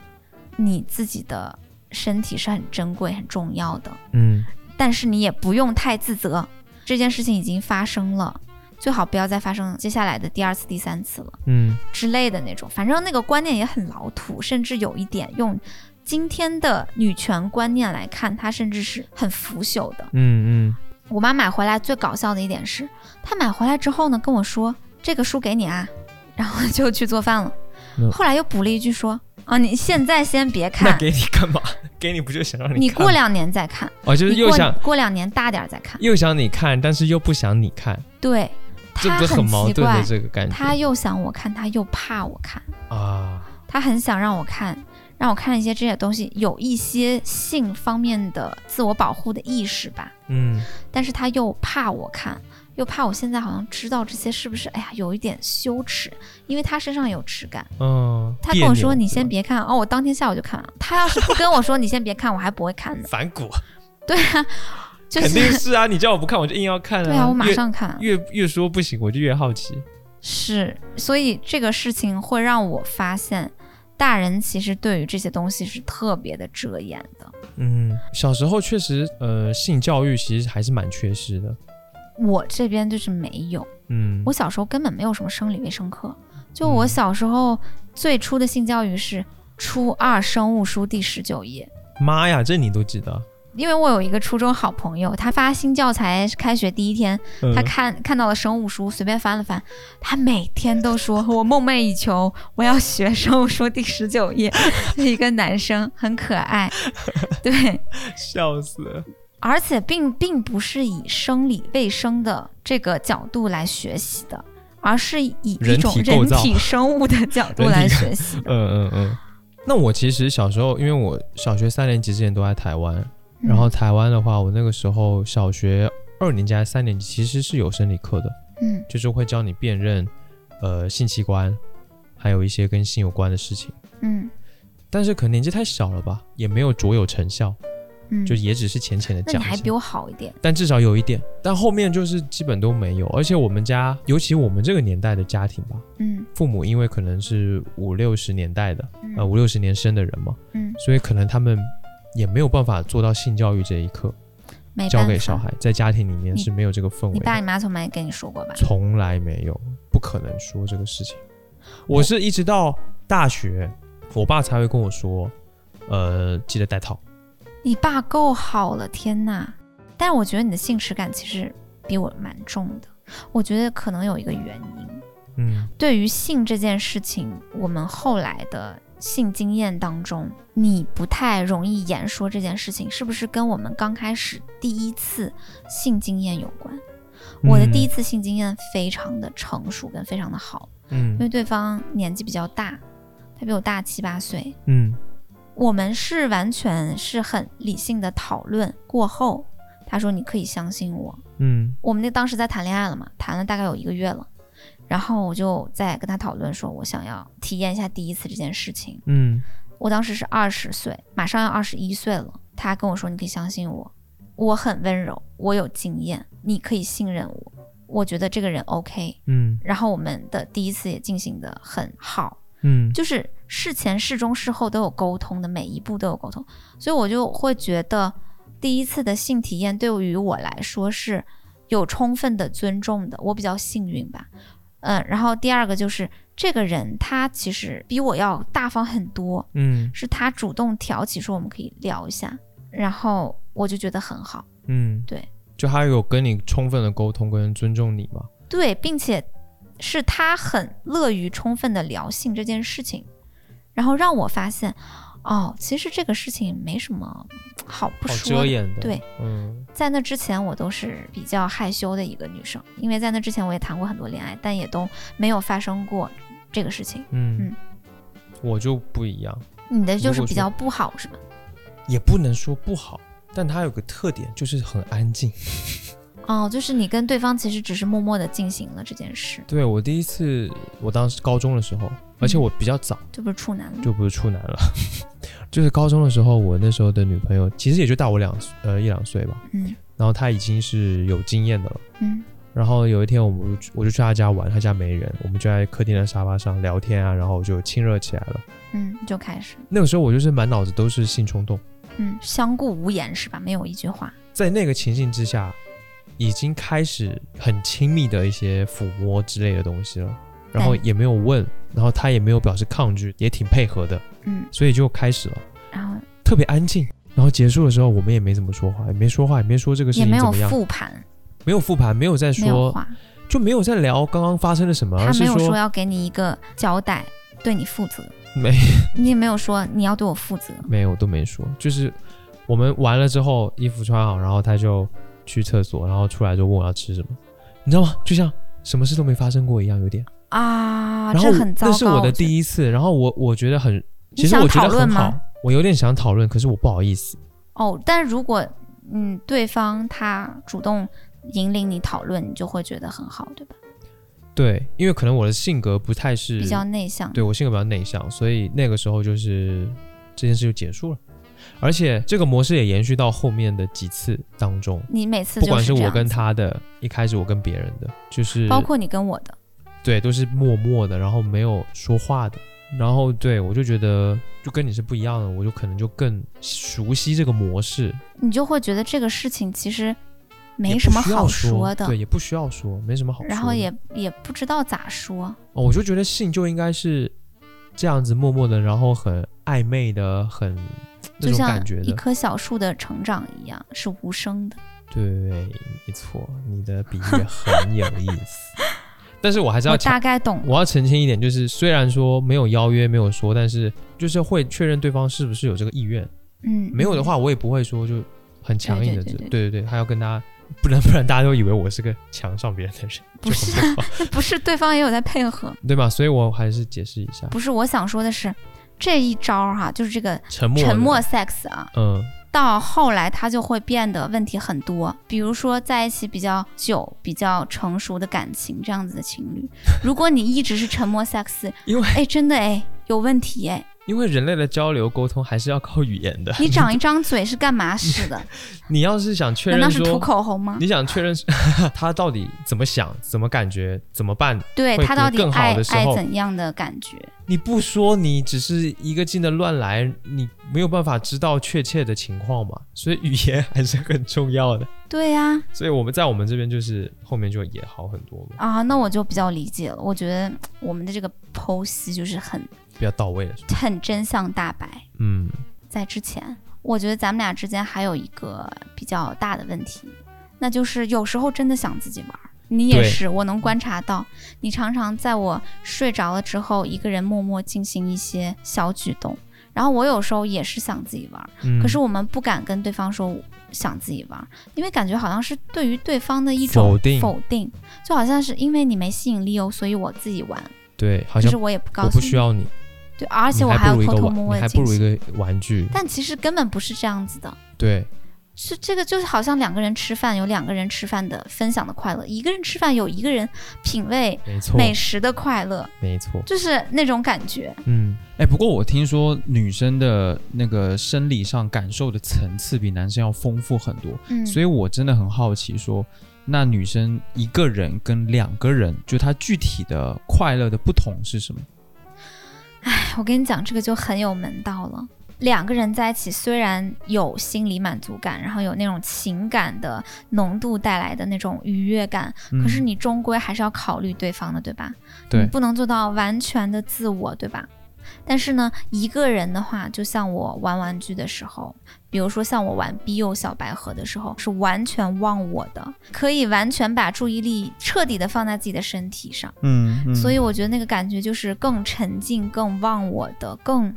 你自己的身体是很珍贵、很重要的，嗯但是你也不用太自责，这件事情已经发生了，最好不要再发生接下来的第二次、第三次了嗯之类的那种。反正那个观念也很老土，甚至有一点用今天的女权观念来看，它甚至是很腐朽的。嗯我妈买回来最搞笑的一点是，她买回来之后呢，跟我说这个书给你啊，然后就去做饭了嗯。后来又补了一句说啊，你现在先别那看，给你干嘛？ 给你不就想让你看过两年再看，哦，就是你又过想过两年大点儿再看。又想你看，但是又不想你看，对，这她不是很矛奇盾怪的，这个感她觉又想我看，她又怕我看，啊？她很想让我看，让我看一些这些东西，有一些性方面的自我保护的意识吧。嗯但是他又怕我看，又怕我现在好像知道这些是不是？哎呀，有一点羞耻，因为他身上有耻感。嗯，他跟我说：“别扭你先对别看。”哦，我当天下午就看完了。他要是不跟我说“你先别看”，我还不会看呢吧。反骨， 对啊，就肯定是是啊！你叫我不看，我就硬要看 对啊，我马越上看。越越说不行，我就越好奇。是，所以这个事情会让我发现，大人其实对于这些东西是特别的遮掩的。嗯，小时候确实，呃，性教育其实还是蛮缺失的。我这边就是没有。嗯我小时候根本没有什么生理卫生课，就我小时候最初的性教育是初二生物书第十九页，妈呀，这你都记得啊？因为我有一个初中好朋友，他发新教材开学第一天，嗯他看看到了生物书，随便翻了翻，他每天都说我梦寐以求我要学生物书第十九页， 是一个男生，很可爱， 对，笑死了。而且并并不是以生理卫生的这个角度来学习的，而是以一人种体构人造体生物的角度人体来学习的。嗯嗯嗯。那我其实小时候，因为我小学三年级之前都在台湾， 嗯然后台湾的话，我那个时候小学二年级还是三年级，其实是有生理课的，嗯，就是会教你辨认，呃，性器官，还有一些跟性有关的事情。嗯但是可能年纪太小了吧，也没有卓有成效，嗯嗯，就也只是浅浅的那讲你一下。还比我好一点。但至少有一点，但后面就是基本都没有。而且我们家，尤其我们这个年代的家庭吧，嗯父母因为可能是五六十年代的，嗯呃五六十年生的人嘛，嗯，所以可能他们也没有办法做到性教育这一刻，没办交法给小。孩，在家庭里面你是没有这个氛围你爸的，你妈从没跟你说过吧？从来没有，不可能说这个事情。我是一直到大学，我爸才会跟我说，呃，记得带套。你爸够好了，天呐！但是我觉得你的性耻感其实比我蛮重的。我觉得可能有一个原因，嗯对于性这件事情，我们后来的性经验当中，你不太容易言说这件事情，是不是跟我们刚开始第一次性经验有关？我的第一次性经验非常的成熟跟非常的好，嗯因为对方年纪比较大，他比我大七八岁，嗯我们是完全是很理性的讨论过后，他说你可以相信我，嗯我们那当时在谈恋爱了嘛，谈了大概有一个月了，然后我就在跟他讨论说，我想要体验一下第一次这件事情。嗯我当时是二十岁，马上要二十一岁了，他跟我说你可以相信我，我很温柔，我有经验，你可以信任我，我觉得这个人 OK。嗯然后我们的第一次也进行的很好，嗯就是事前、事中、事后都有沟通的，每一步都有沟通，所以我就会觉得第一次的性体验对于我来说是有充分的尊重的，我比较幸运吧。嗯，然后第二个就是这个人他其实比我要大方很多，嗯是他主动挑起说我们可以聊一下，然后我就觉得很好，嗯，对，就他有跟你充分的沟通跟尊重你嘛。对，并且是他很乐于充分的聊性这件事情，然后让我发现，哦，其实这个事情没什么好不好说遮的。掩的，对，嗯在那之前，我都是比较害羞的一个女生，因为在那之前我也谈过很多恋爱，但也都没有发生过这个事情。嗯嗯，我就不一样，你的就如是果比说较不好，是吧？也不能说不好，但他有个特点就是很安静，哦，就是你跟对方其实只是默默的进行了这件事， 对我第一次，我当时高中的时嗯候，而且我比较早，这不是处男吗？就不是处男了， 就是高中的时候，我那时候的女朋友其实也就大我两呃一两岁吧，嗯然后她已经是有经验的了。嗯然后有一天我们我就去她家玩，她家没人，我们就在客厅的沙发上聊天啊，然后就亲热起来了。嗯，就开始，那个时候我就是满脑子都是性冲动，嗯，相顾无言是吧？没有一句话，在那个情境之下，已经开始很亲密的一些抚摸之类的东西了，然后对也没有问，然后她也没有表示抗拒，也挺配合的，嗯，所以就开始了。然后特别安静。然后结束的时候，我们也没怎么说话，也没说话，也没说这个事也情没怎有么样，复盘，没有复盘，没有在没有说，话，就没有在聊刚刚发生了什么，而他是没有说说要给你一个交代，对你负责，没你也没有说你要对我负责，没有都没说，就是我们完了之后，衣服穿好，然后他就去厕所，然后出来就问我要吃什么，你知道吗？就像什么事都没发生过一样，有点。啊，然后这很糟糕。那是我的觉得第一次，然后我我觉得很，你其实想我觉讨得论很好吗，我有点想讨论，可是我不好意思。哦，但如果嗯对方他主动引领你讨论，你就会觉得很好，对吧？对，因为可能我的性格不太是比较内向，对我性格比较内向，所以那个时候就是这件事就结束了。而且这个模式也延续到后面的几次当中，你每次不管就是这我样跟子，他的，一开始我跟别人的，就是包括你跟我的，对都是默默的，然后没有说话的。然后对我就觉得就跟你是不一样的，我就可能就更熟悉这个模式，你就会觉得这个事情其实也没不什么需要好说的对，，也不需要说，没什么好说的。然后也也不知道咋说，哦，我就觉得性就应该是这样子默默的，然后很暧昧的，很那就种像感觉一的。棵小树的成长一样，是无声的。对，没错，你的比喻 很有意思。但是我还是要我强，大概懂我要澄清一点，就是虽然说没有邀约，没有说，但是就是会确认对方是不是有这个意愿。嗯，没有的话，我也不会说就很强硬的，对对对对对对，还要跟大家，不然不然大家都以为我是个强上别人的人，不是啊就很不好，嗯 不是对方也有在配合， 对吧？所以我还是解释一下，不是我想说的是这一招儿哈、就是这个沉默，沉默，sex 啊，嗯，到后来它就会变得问题很多，比如说在一起比较久、比较成熟的感情这样子的情侣，如果你一直是沉默 sex， 因为哎，真的哎有问题 哎，因为人类的交流沟通还是要靠语言的。 你长一张嘴是干嘛使的？你要是想确难道认是涂说，口红吗？你想确认 他到底怎么想、怎么感觉、怎么办，对会他到更底更好爱的时爱候怎样的感觉？你不说，你只是一个劲的乱来，你没有办法知道确切的情况嘛。所以语言还是很重要的。对呀、所以我们在我们这边就是后面就也好很多嘛，啊，那我就比较理解了。我觉得我们的这个剖析就是很比较到位了。很真相大白。嗯，在之前，我觉得咱们俩之间还有一个比较大的问题，那就是有时候真的想自己玩儿。你也对是，我能观察到，你常常在我睡着了之后，一个人默默进行一些小举动。然后我有时候也是想自己玩儿，嗯可是我们不敢跟对方说想自己玩儿，因为感觉好像是对于对方的一种否定否定，就好像是因为你没吸引力哦，所以我自己玩，对，好可像是我也不告诉我你，不需要你，对，而且你我还要不如一偷个偷摸玩，摸你的还不如一个玩具。但其实根本不是这样子的，对，是这个就是好像两个人吃饭有两个人吃饭的分享的快乐，一个人吃饭有一个人品味没错，美食的快乐，没错。就是那种感觉。嗯，哎，不过我听说女生的那个生理上感受的层次比男生要丰富很多，嗯，所以我真的很好奇说，那女生一个人跟两个人，就她具体的快乐的不同是什么？我跟你讲，这个就很有门道了。两个人在一起，虽然有心理满足感，然后有那种情感的浓度带来的那种愉悦感，嗯可是你终归还是要考虑对方的，对吧？对你不能做到完全的自我，对吧？但是呢，一个人的话，就像我玩玩具的时候，比如说像我玩 BO 小白盒的时候，是完全忘我的，可以完全把注意力彻底的放在自己的身体上。嗯，所以我觉得那个感觉就是更沉浸、更忘我的、更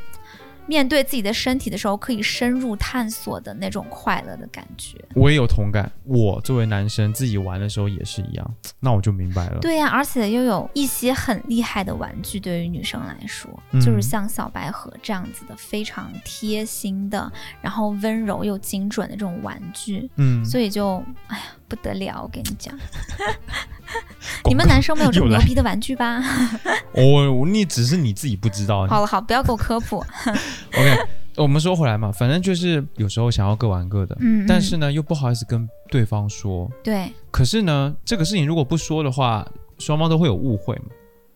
面对自己的身体的时候，可以深入探索的那种快乐的感觉。我也有同感。我作为男生自己玩的时候也是一样，那我就明白了。对呀、而且又有一些很厉害的玩具，对于女生来说，嗯就是像小白盒这样子的非常贴心的，然后温柔又精准的这种玩具，嗯，所以就哎呀不得了，我跟你 讲，广告你们男生没有这么又来牛逼的玩具吧？ 我哦我你只是你自己不知道。好了好，不要给我 科普， OK，我们说回来嘛，反正就是有时候想要各玩各的，嗯，嗯但是呢又不好意思跟对方说。对。可是呢，这个事情如果不说的话，双方都会有误会嘛。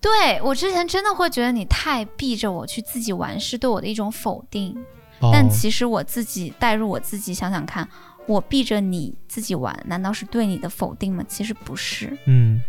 对我之前真的会觉得你太逼着我去自己玩，是对我的一种否定。哦但其实我自己带入我自己想想看，我逼着你自己玩，难道是对你的否定吗？其实不是。嗯，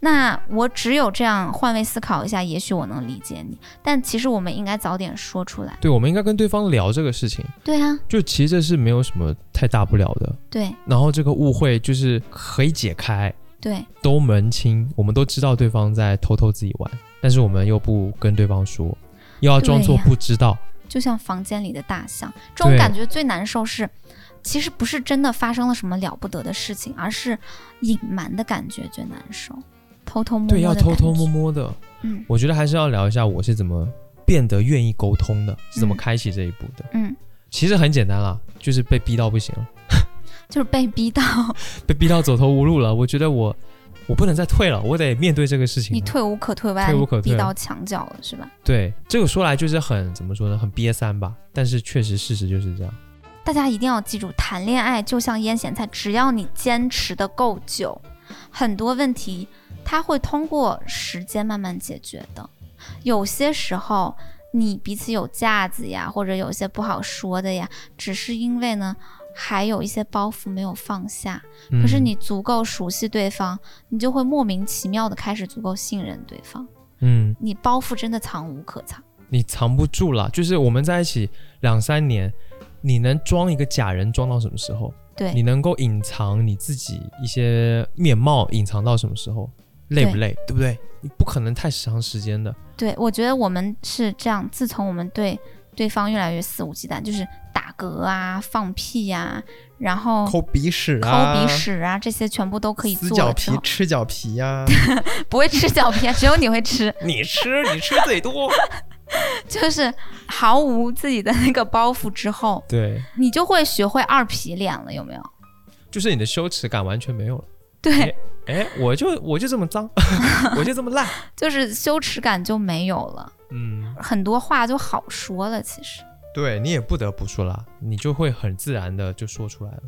那我只有这样换位思考一下，也许我能理解你。但其实我们应该早点说出来。对，我们应该跟对方聊这个事情，对啊，就其实这是没有什么太大不了的，对然后这个误会就是可以解开，对都门清，我们都知道对方在偷偷自己玩，但是我们又不跟对方说，又要装作对呀不知道，就像房间里的大象，这种对感觉最难受是，其实不是真的发生了什么了不得的事情，而是隐瞒的感觉最难受，偷偷摸摸对，的要感觉偷偷摸，摸的。嗯我觉得还是要聊一下我是怎么变得愿意沟通的，是怎么嗯开启这一步的。嗯，其实很简单啦，就是被逼到不行了，就是被逼到被逼到走投无路了。我觉得我我不能再退了，我得面对这个事 情你了。退无可退，把退无可你退逼到墙角了，是吧？对，这个说来就是很怎么说呢，很憋三吧。但是确实事实就是这样。大家一定要记住，谈恋爱就像腌咸菜，只要你坚持的够久，很多问题它会通过时间慢慢解决的。有些时候，你彼此有架子呀，或者有些不好说的呀，只是因为呢，还有一些包袱没有放下。嗯可是你足够熟悉对方，你就会莫名其妙的开始足够信任对方，嗯，你包袱真的藏无可藏。你藏不住了。就是我们在一起两三年，你能装一个假人装到什么时候？你对能够隐藏你自己一些面貌，隐藏到什么时候？累不对累？对不对？你不可能太长时间的。对，我觉得我们是这样，自从我们对对方越来越肆无忌惮，就是打嗝啊、放屁呀、然后抠抠鼻屎啊，哦鼻屎啊，这些全部都可以撕做脚了之皮后，吃脚皮 呀、不会吃脚皮啊，只有你会吃。 你吃你吃最多，就是毫无自己的那个包袱之后，对，你就会学会二皮脸了，有没有？就是你的羞耻感完全没有了。对，哎，我就我就这么 脏，我就这么烂。就是羞耻感就没有了，嗯，很多话就好说了。其实，对你也不得不说啦，你就会很自然的就说出来了。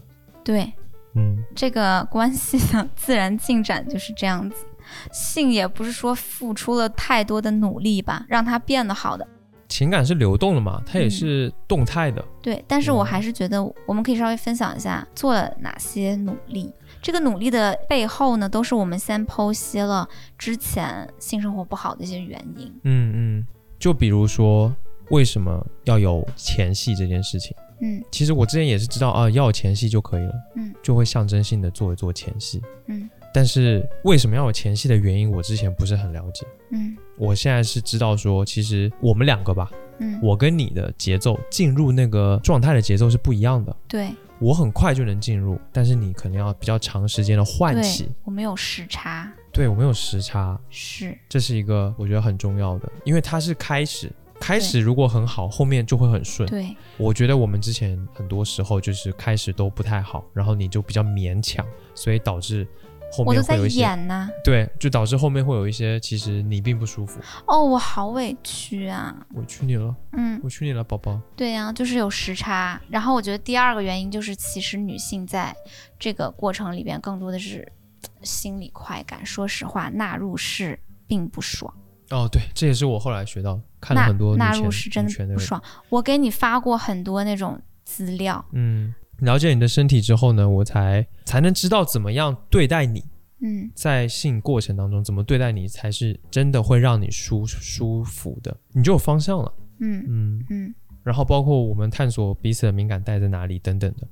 对嗯，这个关系的自然进展就是这样子。性也不是说付出了太多的努力吧，让它变得好的。情感是流动的嘛，它嗯也是动态的。对，但是我嗯还是觉得我们可以稍微分享一下做了哪些努力。这个努力的背后呢，都是我们先剖析了之前性生活不好的一些原因。嗯嗯，就比如说为什么要有前戏这件事情。嗯其实我之前也是知道啊，要有前戏就可以了，嗯就会象征性的做一做前戏。嗯但是为什么要有前戏的原因，我之前不是很了解。嗯我现在是知道说，其实我们两个吧，嗯，我跟你的节奏进入那个状态的节奏是不一样的。对我很快就能进入，但是你可能要比较长时间的唤对起。，我们有时差，对我们有时差，是这是一个我觉得很重要的，因为它是开始，开始如果很好，后面就会很顺。对我觉得我们之前很多时候就是开始都不太好，然后你就比较勉强，所以导致后我都面在会有一些演呐、对，就导致后面会有一些其实你并不舒服。哦，我好委屈啊。委屈你了，嗯，委屈你了，宝宝。对呀、就是有时差。然后我觉得第二个原因就是，其实女性在这个过程里边更多的是呃心理快感。说实话，纳入式并不爽，哦，对，这也是我后来学到的，看了纳很多女纳权入式真女权的的不爽。我给你发过很多那种资料，嗯，了解你的身体之后呢，我才才能知道怎么样对待你，嗯，在性过程当中怎么对待你才是真的会让你舒舒服的，你就有方向了。嗯嗯，嗯，然后包括我们探索彼此的敏感带在哪里等等的，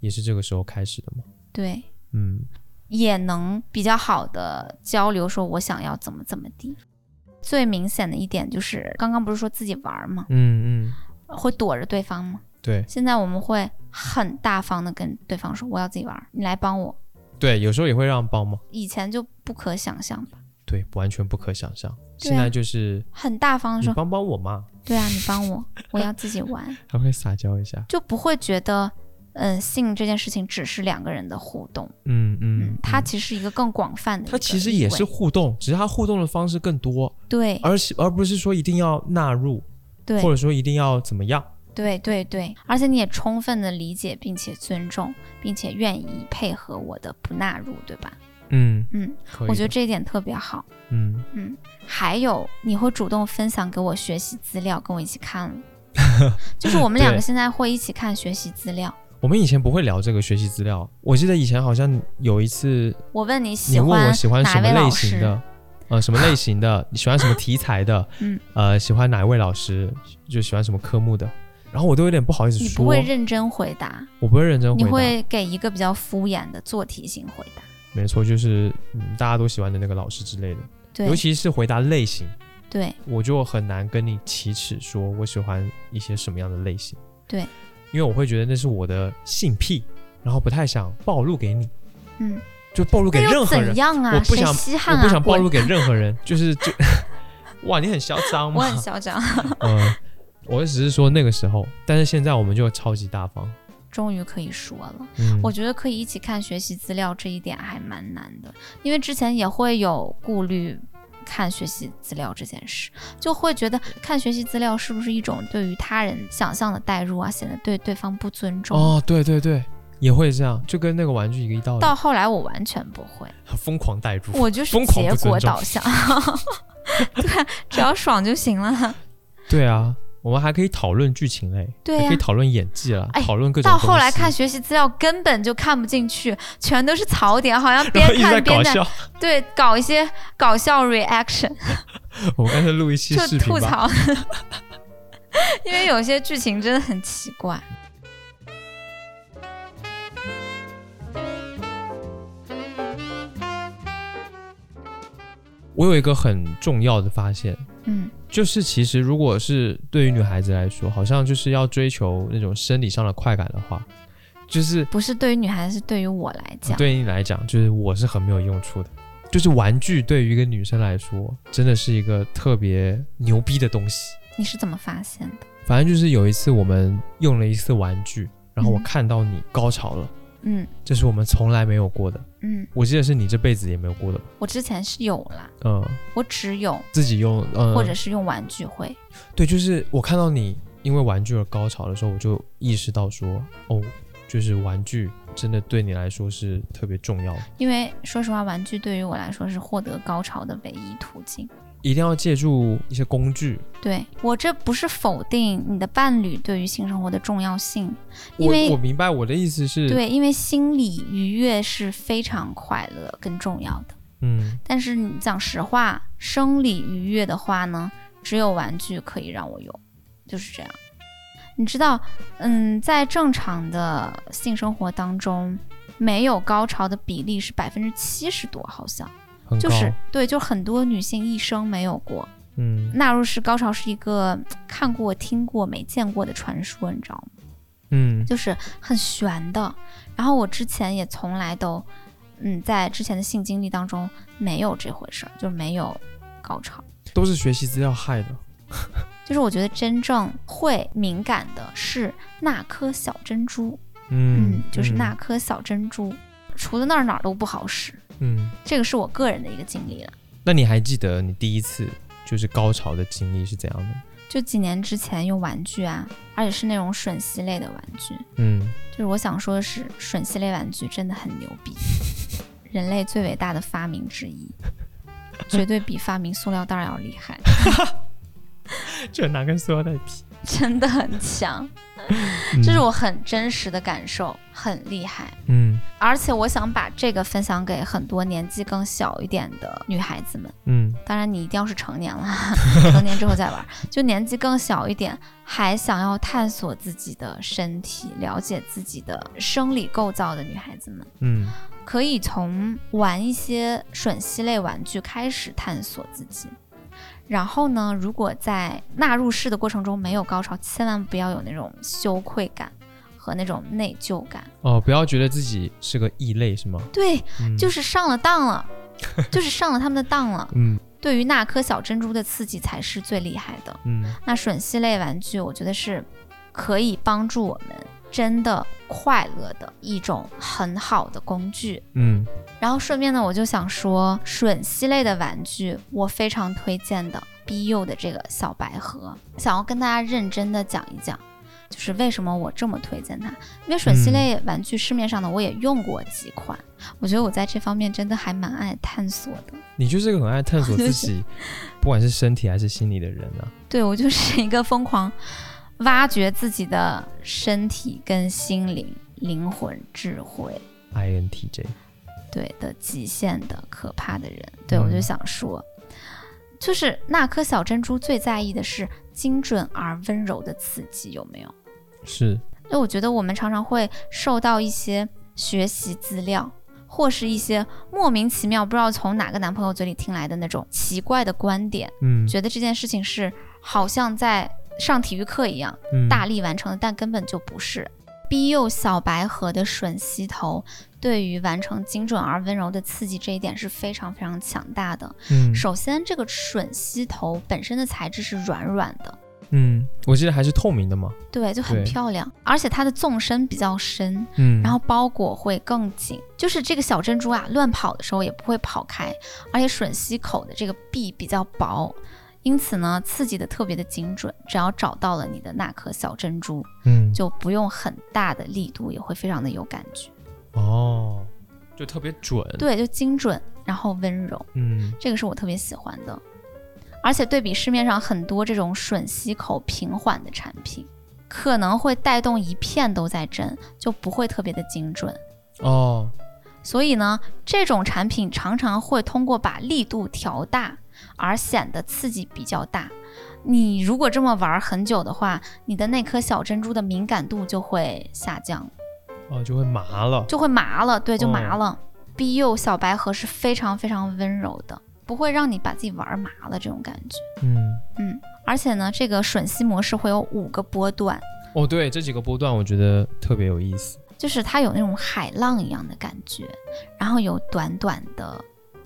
也是这个时候开始的嘛。对，嗯，也能比较好的交流，说我想要怎么怎么地。最明显的一点就是，刚刚不是说自己玩儿嘛，嗯嗯，会躲着对方吗？对现在我们会很大方的跟对方说，我要自己玩儿，你来帮我。对，有时候也会让帮忙，以前就不可想象吧，对，完全不可想象。对啊现在就是很大方的你说，帮帮我嘛，对啊，你帮我，我要自己 玩，还会撒娇一下。就不会觉得，嗯，性这件事情只是两个人的互动，嗯嗯嗯，，它其实是一个更广泛的一个意它味，其实也是互动，只是它互动的方式更多，对而且而不是说一定要纳入，对或者说一定要怎么样。对对对，而且你也充分的理解并且尊重，并且愿意配合我的不纳入，对吧？嗯，嗯，可以的。我觉得这一点特别好。嗯，嗯，还有你会主动分享给我学习资料，跟我一起 看，就是我们两个对现在会一起看学习资料。我们以前不会聊这个学习资料，我记得以前好像有一次我问你喜你问我喜欢哪什么位类老型师？的，呃，什么类型的，你喜欢什么题材的， 嗯，呃，喜欢哪一位老师，就喜欢什么科目的，然后我都有点不好意思你说，不会认真回答，我不会认真回你答，会给一个比较敷衍的做题型回答。没错，就是嗯大家都喜欢的那个老师之类的，尤对其是回答类型，对我就很难跟你启齿说我喜欢一些什么样的类型，对，因为我会觉得那是我的性癖，然后不太想暴露给你，嗯，就暴露给那任又何人怎，样啊？我不谁想稀罕我啊？不想暴滚露给任何人， 就是就，哇，你很嚣张我嘛很，嚣 张，嗯，我只是说那个时候，但是现在我们就超级大方，终于可以说了。嗯，我觉得可以一起看学习资料这一点还蛮难的，因为之前也会有顾虑。看学习资料这件事，就会觉得看学习资料是不是一种对于他人想象的代入啊，显得对对方不尊重。哦，对对对，也会这样，就跟那个玩具一个道理，到后来我完全不会，疯狂代入，我就是疯狂结不尊果重导 向，对啊，只要爽就行了。对啊，我们还可以讨论剧情嘞，对还呀、可以讨论演技啦，哎讨论各种到东西，后来看学习资料根本就看不进去，全都是槽点，好像边 然后一直在看搞边在笑，对搞一些搞笑 reaction。我们干脆录一期就视频吐吧，槽， 因为有些剧情真的很奇怪。我有一个很重要的发现，嗯，就是其实如果是对于女孩子来说，好像就是要追求那种生理上的快感的话，就是不是对于女孩子，是对于我来讲，对你来讲，就是我是很没有用处的。就是玩具对于一个女生来说，真的是一个特别牛逼的东西。你是怎么发现的？反正就是有一次我们用了一次玩具，然后我嗯看到你高潮了，嗯这是我们从来没有过的。嗯，我记得是你这辈子也没有过的吧，我之前是有啦，嗯，我只有自己用，嗯，或者是用玩具会，对，就是我看到你因为玩具而高潮的时候，我就意识到说，哦，就是玩具真的对你来说是特别重要的，因为说实话，玩具对于我来说是获得高潮的唯一途径。一定要借助一些工具。对我这不是否定你的伴侣对于性生活的重要性，因我为我明白我的意思是，，对，因为心理愉悦是非常快乐跟重要的。嗯，但是你讲实话，生理愉悦的话呢，只有玩具可以让我有，就是这样。你知道，嗯，在正常的性生活当中，没有高潮的比例是百分之七十多，好像很高，就是对，就很多女性一生没有过。嗯纳入式高潮是一个嗯看过、听过、没见过的传说，你知道吗？嗯就是很悬的。然后我之前也从来都，嗯，在之前的性经历当中没有这回事儿，就是没有高潮。都是学习资料害的。就是我觉得真正会敏感的是那颗小珍珠，嗯，就是那颗小珍珠，除了那儿哪儿都不好使。嗯，嗯，这个是我个人的一个经历了。那你还记得你第一次就是高潮的经历是怎样的？就几年之前用玩具啊，而且是那种吮吸类的玩具， 嗯，就是我想说的是，吮吸类玩具真的很牛逼，人类最伟大的发明之一，绝对比发明塑料袋儿要厉害， 这拿根塑料袋皮，真的很强。这是我很真实的感受，很厉害。嗯而且我想把这个分享给很多年纪更小一点的女孩子们，嗯当然你一定要是成年了， 成年之后再玩儿。就年纪更小一点，还想要探索自己的身体，了解自己的生理构造的女孩子们。嗯可以从玩一些吮吸类玩具开始探索自己，然后呢，如果在纳入式的过程中没有高潮，千万不要有那种羞愧感和那种内疚感。哦，不要觉得自己是个异类，是吗？对，嗯、就是是上了当了，就是上了他们的当了。嗯对于那颗小珍珠的刺激才是最厉害的。嗯那吮吸类玩具，我觉得是可以帮助我们真的快乐的一种很好的工具。嗯，然后顺便呢，我就想说，吮吸类的玩具，我非常推荐的 BU 的这个小白盒，想要跟大家认真的讲一讲，就是为什么我这么推荐它。因为吮吸类玩具市面上呢，我也用过几款，我觉得我在这方面真的还蛮爱探索的。你就是个很爱探 索自己，不管是身体还是心理的人啊。对我就是一个疯狂挖掘自己的身体跟心灵、灵魂、智慧 INTJ，对的极限的可怕的人。对我嗯就想说，就是那颗小珍珠最在意的是精准而温柔的刺激，有没有？是，因为我觉得我们常常会受到一些学习资料，或是一些莫名其妙不知道从哪个男朋友嘴里听来的那种奇怪的观点，嗯觉得这件事情是好像在上体育课一样。嗯大力完成的，但根本就不是。BU 小白盒的吮吸头对于完成精准而温柔的刺激这一点是非常非常强大的。嗯首先，这个吮吸头本身的材质是软软的，嗯，我记得还是透明的嘛，对，就很对漂亮，而且它的纵深比较深，嗯，然后包裹会更紧，就是这个小珍珠啊，乱跑的时候也不会跑开，而且吮吸口的这个壁比较薄，因此呢，刺激的特别的精准。只要找到了你的那颗小珍珠，嗯就不用很大的力度，也会非常的有感觉。哦，就特别准，，对，就精准，然后温柔，嗯这个是我特别喜欢的。而且对比市面上很多这种吮吸口平缓的产品，可能会带动一片都在震，就不会特别的精准。哦，所以呢，这种产品常常会通过把力度调大，而显得刺激比较大。你如果这么玩很久的话，你的那颗小珍珠的敏感度就会下降。哦就会麻了，就会麻了，对，就麻哦了。BU 小白盒是非常非常温柔的，不会让你把自己玩麻了这种感觉。嗯，嗯，而且呢，这个吮吸模式会有五个波段，哦，对，这几个波段我觉得特别有意思，就是它有那种海浪一样的感觉，然后有短短的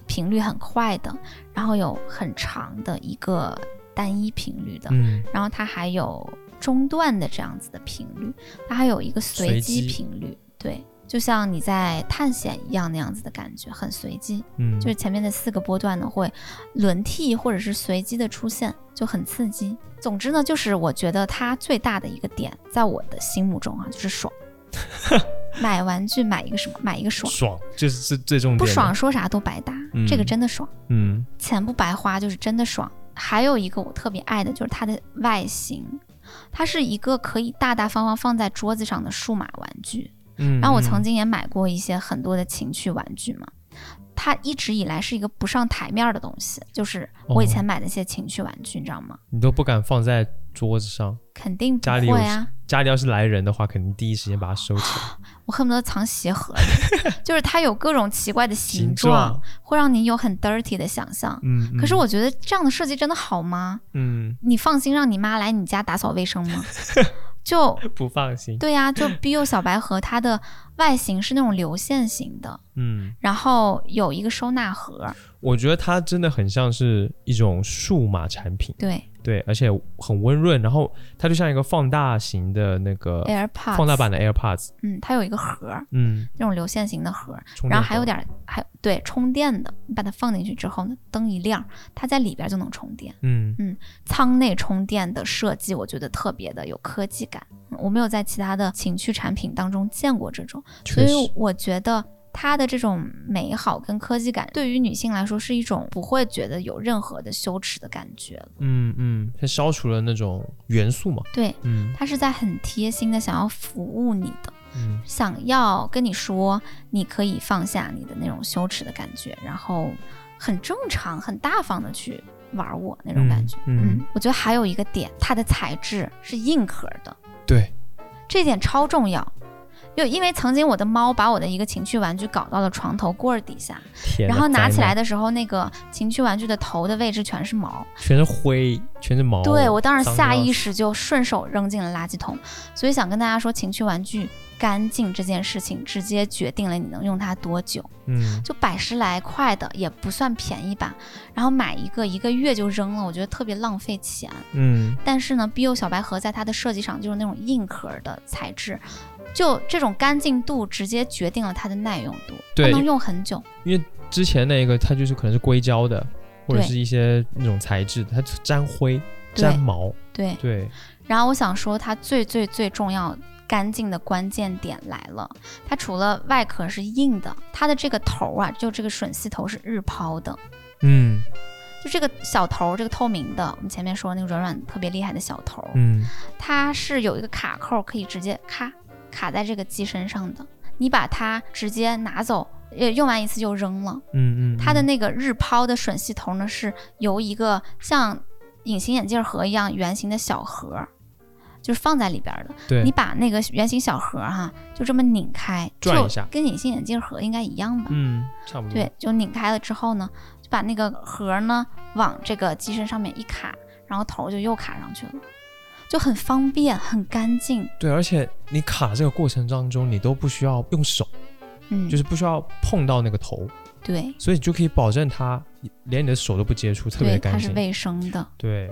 频率很快的，然后有很长的一个单一频率的，嗯，然后它还有中段的这样子的频率，它还有一个随随机机频率，对，就像你在探险一样那样子的感觉，很随机。嗯，就是前面的四个波段呢会轮替或者是随机的出现，就很刺激。总之呢，就是我觉得它最大的一个点，在我的心目中啊，就是 爽。买玩具买一个什么？买一个爽，爽，这是最最重点，不爽，说啥都白搭，嗯这个真的爽，嗯，钱不白花就是真的爽。还有一个我特别爱的就是它的外形，它是一个可以大大方方放在桌子上的数码玩具。嗯，然后我曾经经也买过一些很多的情趣玩具嘛，它一直以来是一个不上台面儿的东西，就是我哦以前买的一些情趣玩具，你知道吗？你都不敢放在桌子上，肯定不家里有会啊，家里要是来人的话，肯定第一时间把它收起来，我恨不得藏鞋盒里， 就是它有各种奇怪的形形状，会让你有很 dirty 的想象。嗯，可是嗯，我觉得这样的设计真的好吗？嗯，你放心让你妈来你家打扫卫生吗？ 就不放心，对呀、就 BU 小白盒它的外形是那种流线型的，嗯。然后有一个收纳盒，我觉得它真的很像是一种数码产品，对对，而且很温润，然后它就像一个放大型的那个 AirPods 放大版的 AirPods，嗯，它有一个盒儿，嗯，那种流线型的盒儿，充电然后还宝有点儿，还对充电的，你把它放进去之后呢，灯一亮，它在里边就能充电。嗯舱内充电的设计，我觉得特别的有科技感，嗯我没有在其他的情趣产品当中见过这种，所确以实，我觉得。它的这种美好跟科技感，对于女性来说是一种不会觉得有任何的羞耻的感觉。嗯嗯，它消除了那种元素嘛，对，嗯它是在很贴心的想要服务你的，嗯想要跟你说，你可以放下你的那种羞耻的感觉，然后很正常、很大方的去玩我那种感觉。嗯我觉得还有一个点，它的材质是硬壳的，对，这一点超重要。就因为曾经我的猫把我的一个情趣玩具搞到了床头柜儿底下，天哪然后拿起来灾难的时候，那个情趣玩具的头的位置全是毛。全是灰，全是毛。对我当时哦脏下得要意死识就顺手扔进了垃圾桶，所以想跟大家说，情趣玩具干净这件事情直接决定了你能用它多久。嗯，就百十来块的也不算便宜吧，然后买一个一个月就扔了，我觉得特别浪费钱。嗯，但是呢，BO 小白盒在它的设计上就是那种硬壳的材质，就这种干净度直接决定了它的耐用度，它对能用很久。之前那个它就是可能是硅胶的，或者对是一些那种材质，它沾灰、对沾毛。对，对，然后我想说，它最最最重要干净的关键点来了，它除了外壳是硬的，它的这个头啊，就这个吮吸头是日抛的，嗯就这个小头，这个透明的，我们前面说那个软软特别厉害的小头，嗯，它是有一个卡扣，可以直接咔卡在这个机身上的。你把它直接拿走，呃，用完一次就扔了。嗯嗯，它的嗯那个日抛的吮吸头呢，是由一个像隐形眼镜盒一样圆形的小盒儿，就是放在里边儿的。对你把那个圆形小盒儿哈、就这么拧开，转一就下跟隐形眼镜盒应该一样吧？嗯差不多。对，就拧开了之后呢，就把那个盒儿呢往这个机身上面一卡，然后头就又卡上去了，就很方便，很干净。对，而且你卡这个过程当中，你都不需要用手，嗯，就是不需要碰到那个头，对所以你就可以保证它连你的手都不接触，特别对，的它干是净。卫生的，对，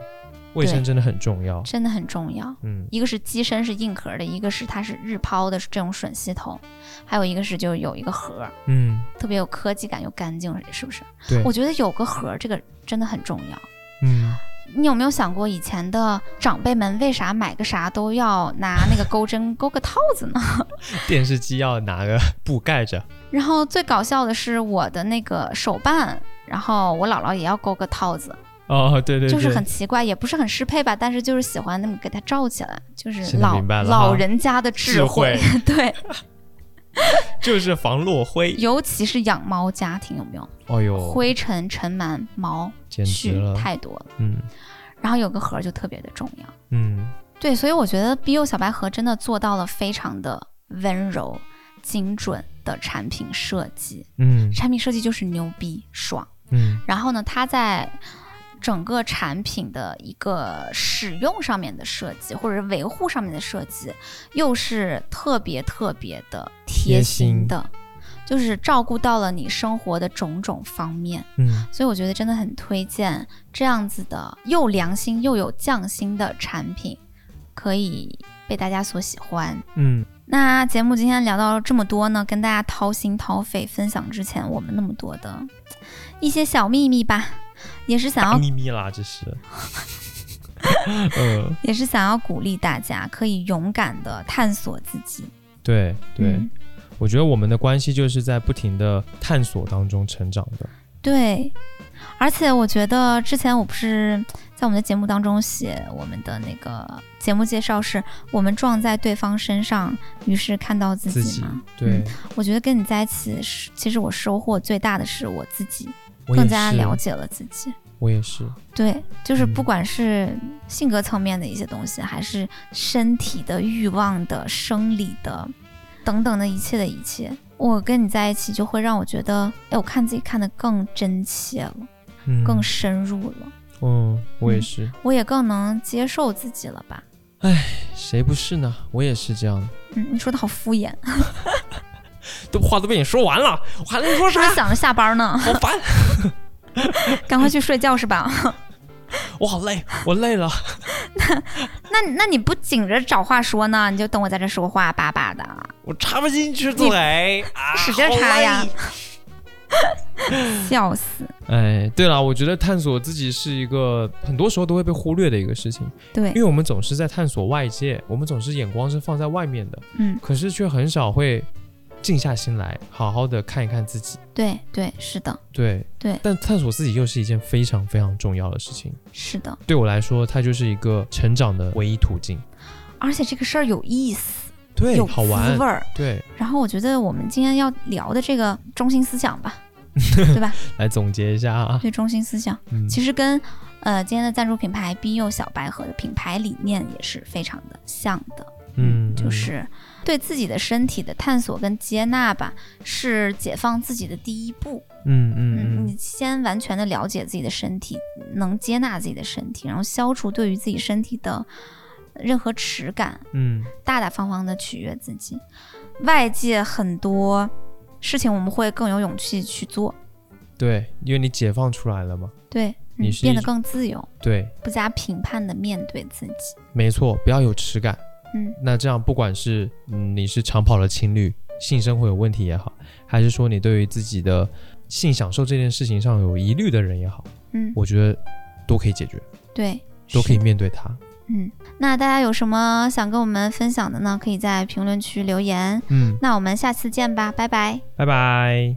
卫生对真的很重要。真的很重要。嗯，一个是机身是硬壳的，一个是它是日抛的这种吮吸头，还有一个是就有一个盒儿，嗯，特别有科技感又干净，是不是？对我觉得有个盒儿这个真的很重要。嗯，你有没有想过，以前的长辈们为啥买个啥都要拿那个钩针钩个套子呢？电视机要拿个 布盖着。然后最搞笑的是我的那个手办，然后我姥姥也要钩个套子，哦，对对对，就是很奇怪，也不是很适配吧，但是就是喜欢那么给它罩起来，就是现在老明白了老哈人家的智慧， 对，就是防落灰。尤其是养猫家庭有没有哦呦，灰尘、尘螨、毛简直絮了。太多了，嗯然后有个盒儿就特别的重要。嗯，对，所以我觉得 BO 小白盒真的做到了非常的温柔、精准的产品设计。嗯产品设计就是牛逼爽。嗯然后呢，它在整个产品的一个使用上面的设计，或者是维护上面的设计，又是特别特别的贴贴心心的，就是照顾到了你生活的种种方面。嗯，所以我觉得真的很推荐这样子的又良心又有匠心的产品，可以被大家所喜欢。嗯，那节目今天聊到这么多呢，跟大家掏心掏肺分享之前我们那么多的一些小秘密吧，也是想大要咪咪啦，这 是。嗯，也是想要鼓励大家可以勇敢的探索自己。对对，嗯我觉得我们的关系就是在不停的探索当中成长的。对，而且我觉得之前我不是在我们的节目当中写我们的那个节目介绍是我们撞在对方身上，于是看到自自己己嘛。对嗯，我觉得跟你在一起是，其实我收获最大的是我自己，我也更加是了解了自己。我也是，对，就是嗯不管是性格层面的一些东西，还是身体的欲望的、生理的等等的一切的一切，我跟你在一起就会让我觉得，哎，我看自己看得更真切了。嗯，更深入了，嗯，我也嗯是，我也更能接受自己了吧？谁不是呢？我也是这样，嗯，你说的好敷衍，都话都被你说完了，我还 能说是啥不？是想着下班 呢？好烦，赶快去睡觉是吧？我好累，我累了。那那你不紧着找话说呢？你就等我在这说话巴巴的，我插不进去嘴，啊使劲插呀好累笑死！哎，对了，我觉得探索自己是一个很多时候都会被忽略的一个事情，因对，为我们总是在探索外界，我们总是眼光是放在外面的，嗯，可是却很少会静下心来，好好的看一看自己。对对，是的，对对但探索自己又是一件非常非常重要的事情。是的，对我来说，它就是一个成长的唯一途径。而且这个事儿有意思，对，有好滋玩味。儿。对，然后我觉得我们今天要聊的这个中心思想吧，对吧？来总结一下啊，对，中心思想嗯，其实跟呃今天的赞助品牌 B 柚小白盒的品牌理念也是非常的像的。嗯，就是对自己的身体的探索跟接纳吧，是解放自己的第一步。嗯嗯，嗯你嗯先完全的了解自己的身体，能接纳自己的身体，然后消除对于自己身体的任何耻感，嗯大大方方的取悦自己。外界很多事情我们会更有勇气去做，嗯，对，因为你解放出来了嘛，对，你嗯，是变一得更自由，对，不加评判的面对自己。没错，不要有耻感。嗯，那这样不管是嗯你是长跑的情侣，性生活有问题也好，还是说你对于自己的性享受这件事情上有疑虑的人也好，嗯，我觉得都可以解决，对，都可以是面对它。嗯，那大家有什么想跟我们分享的呢？可以在评论区留言。嗯，那我们下次见吧，拜拜。拜拜。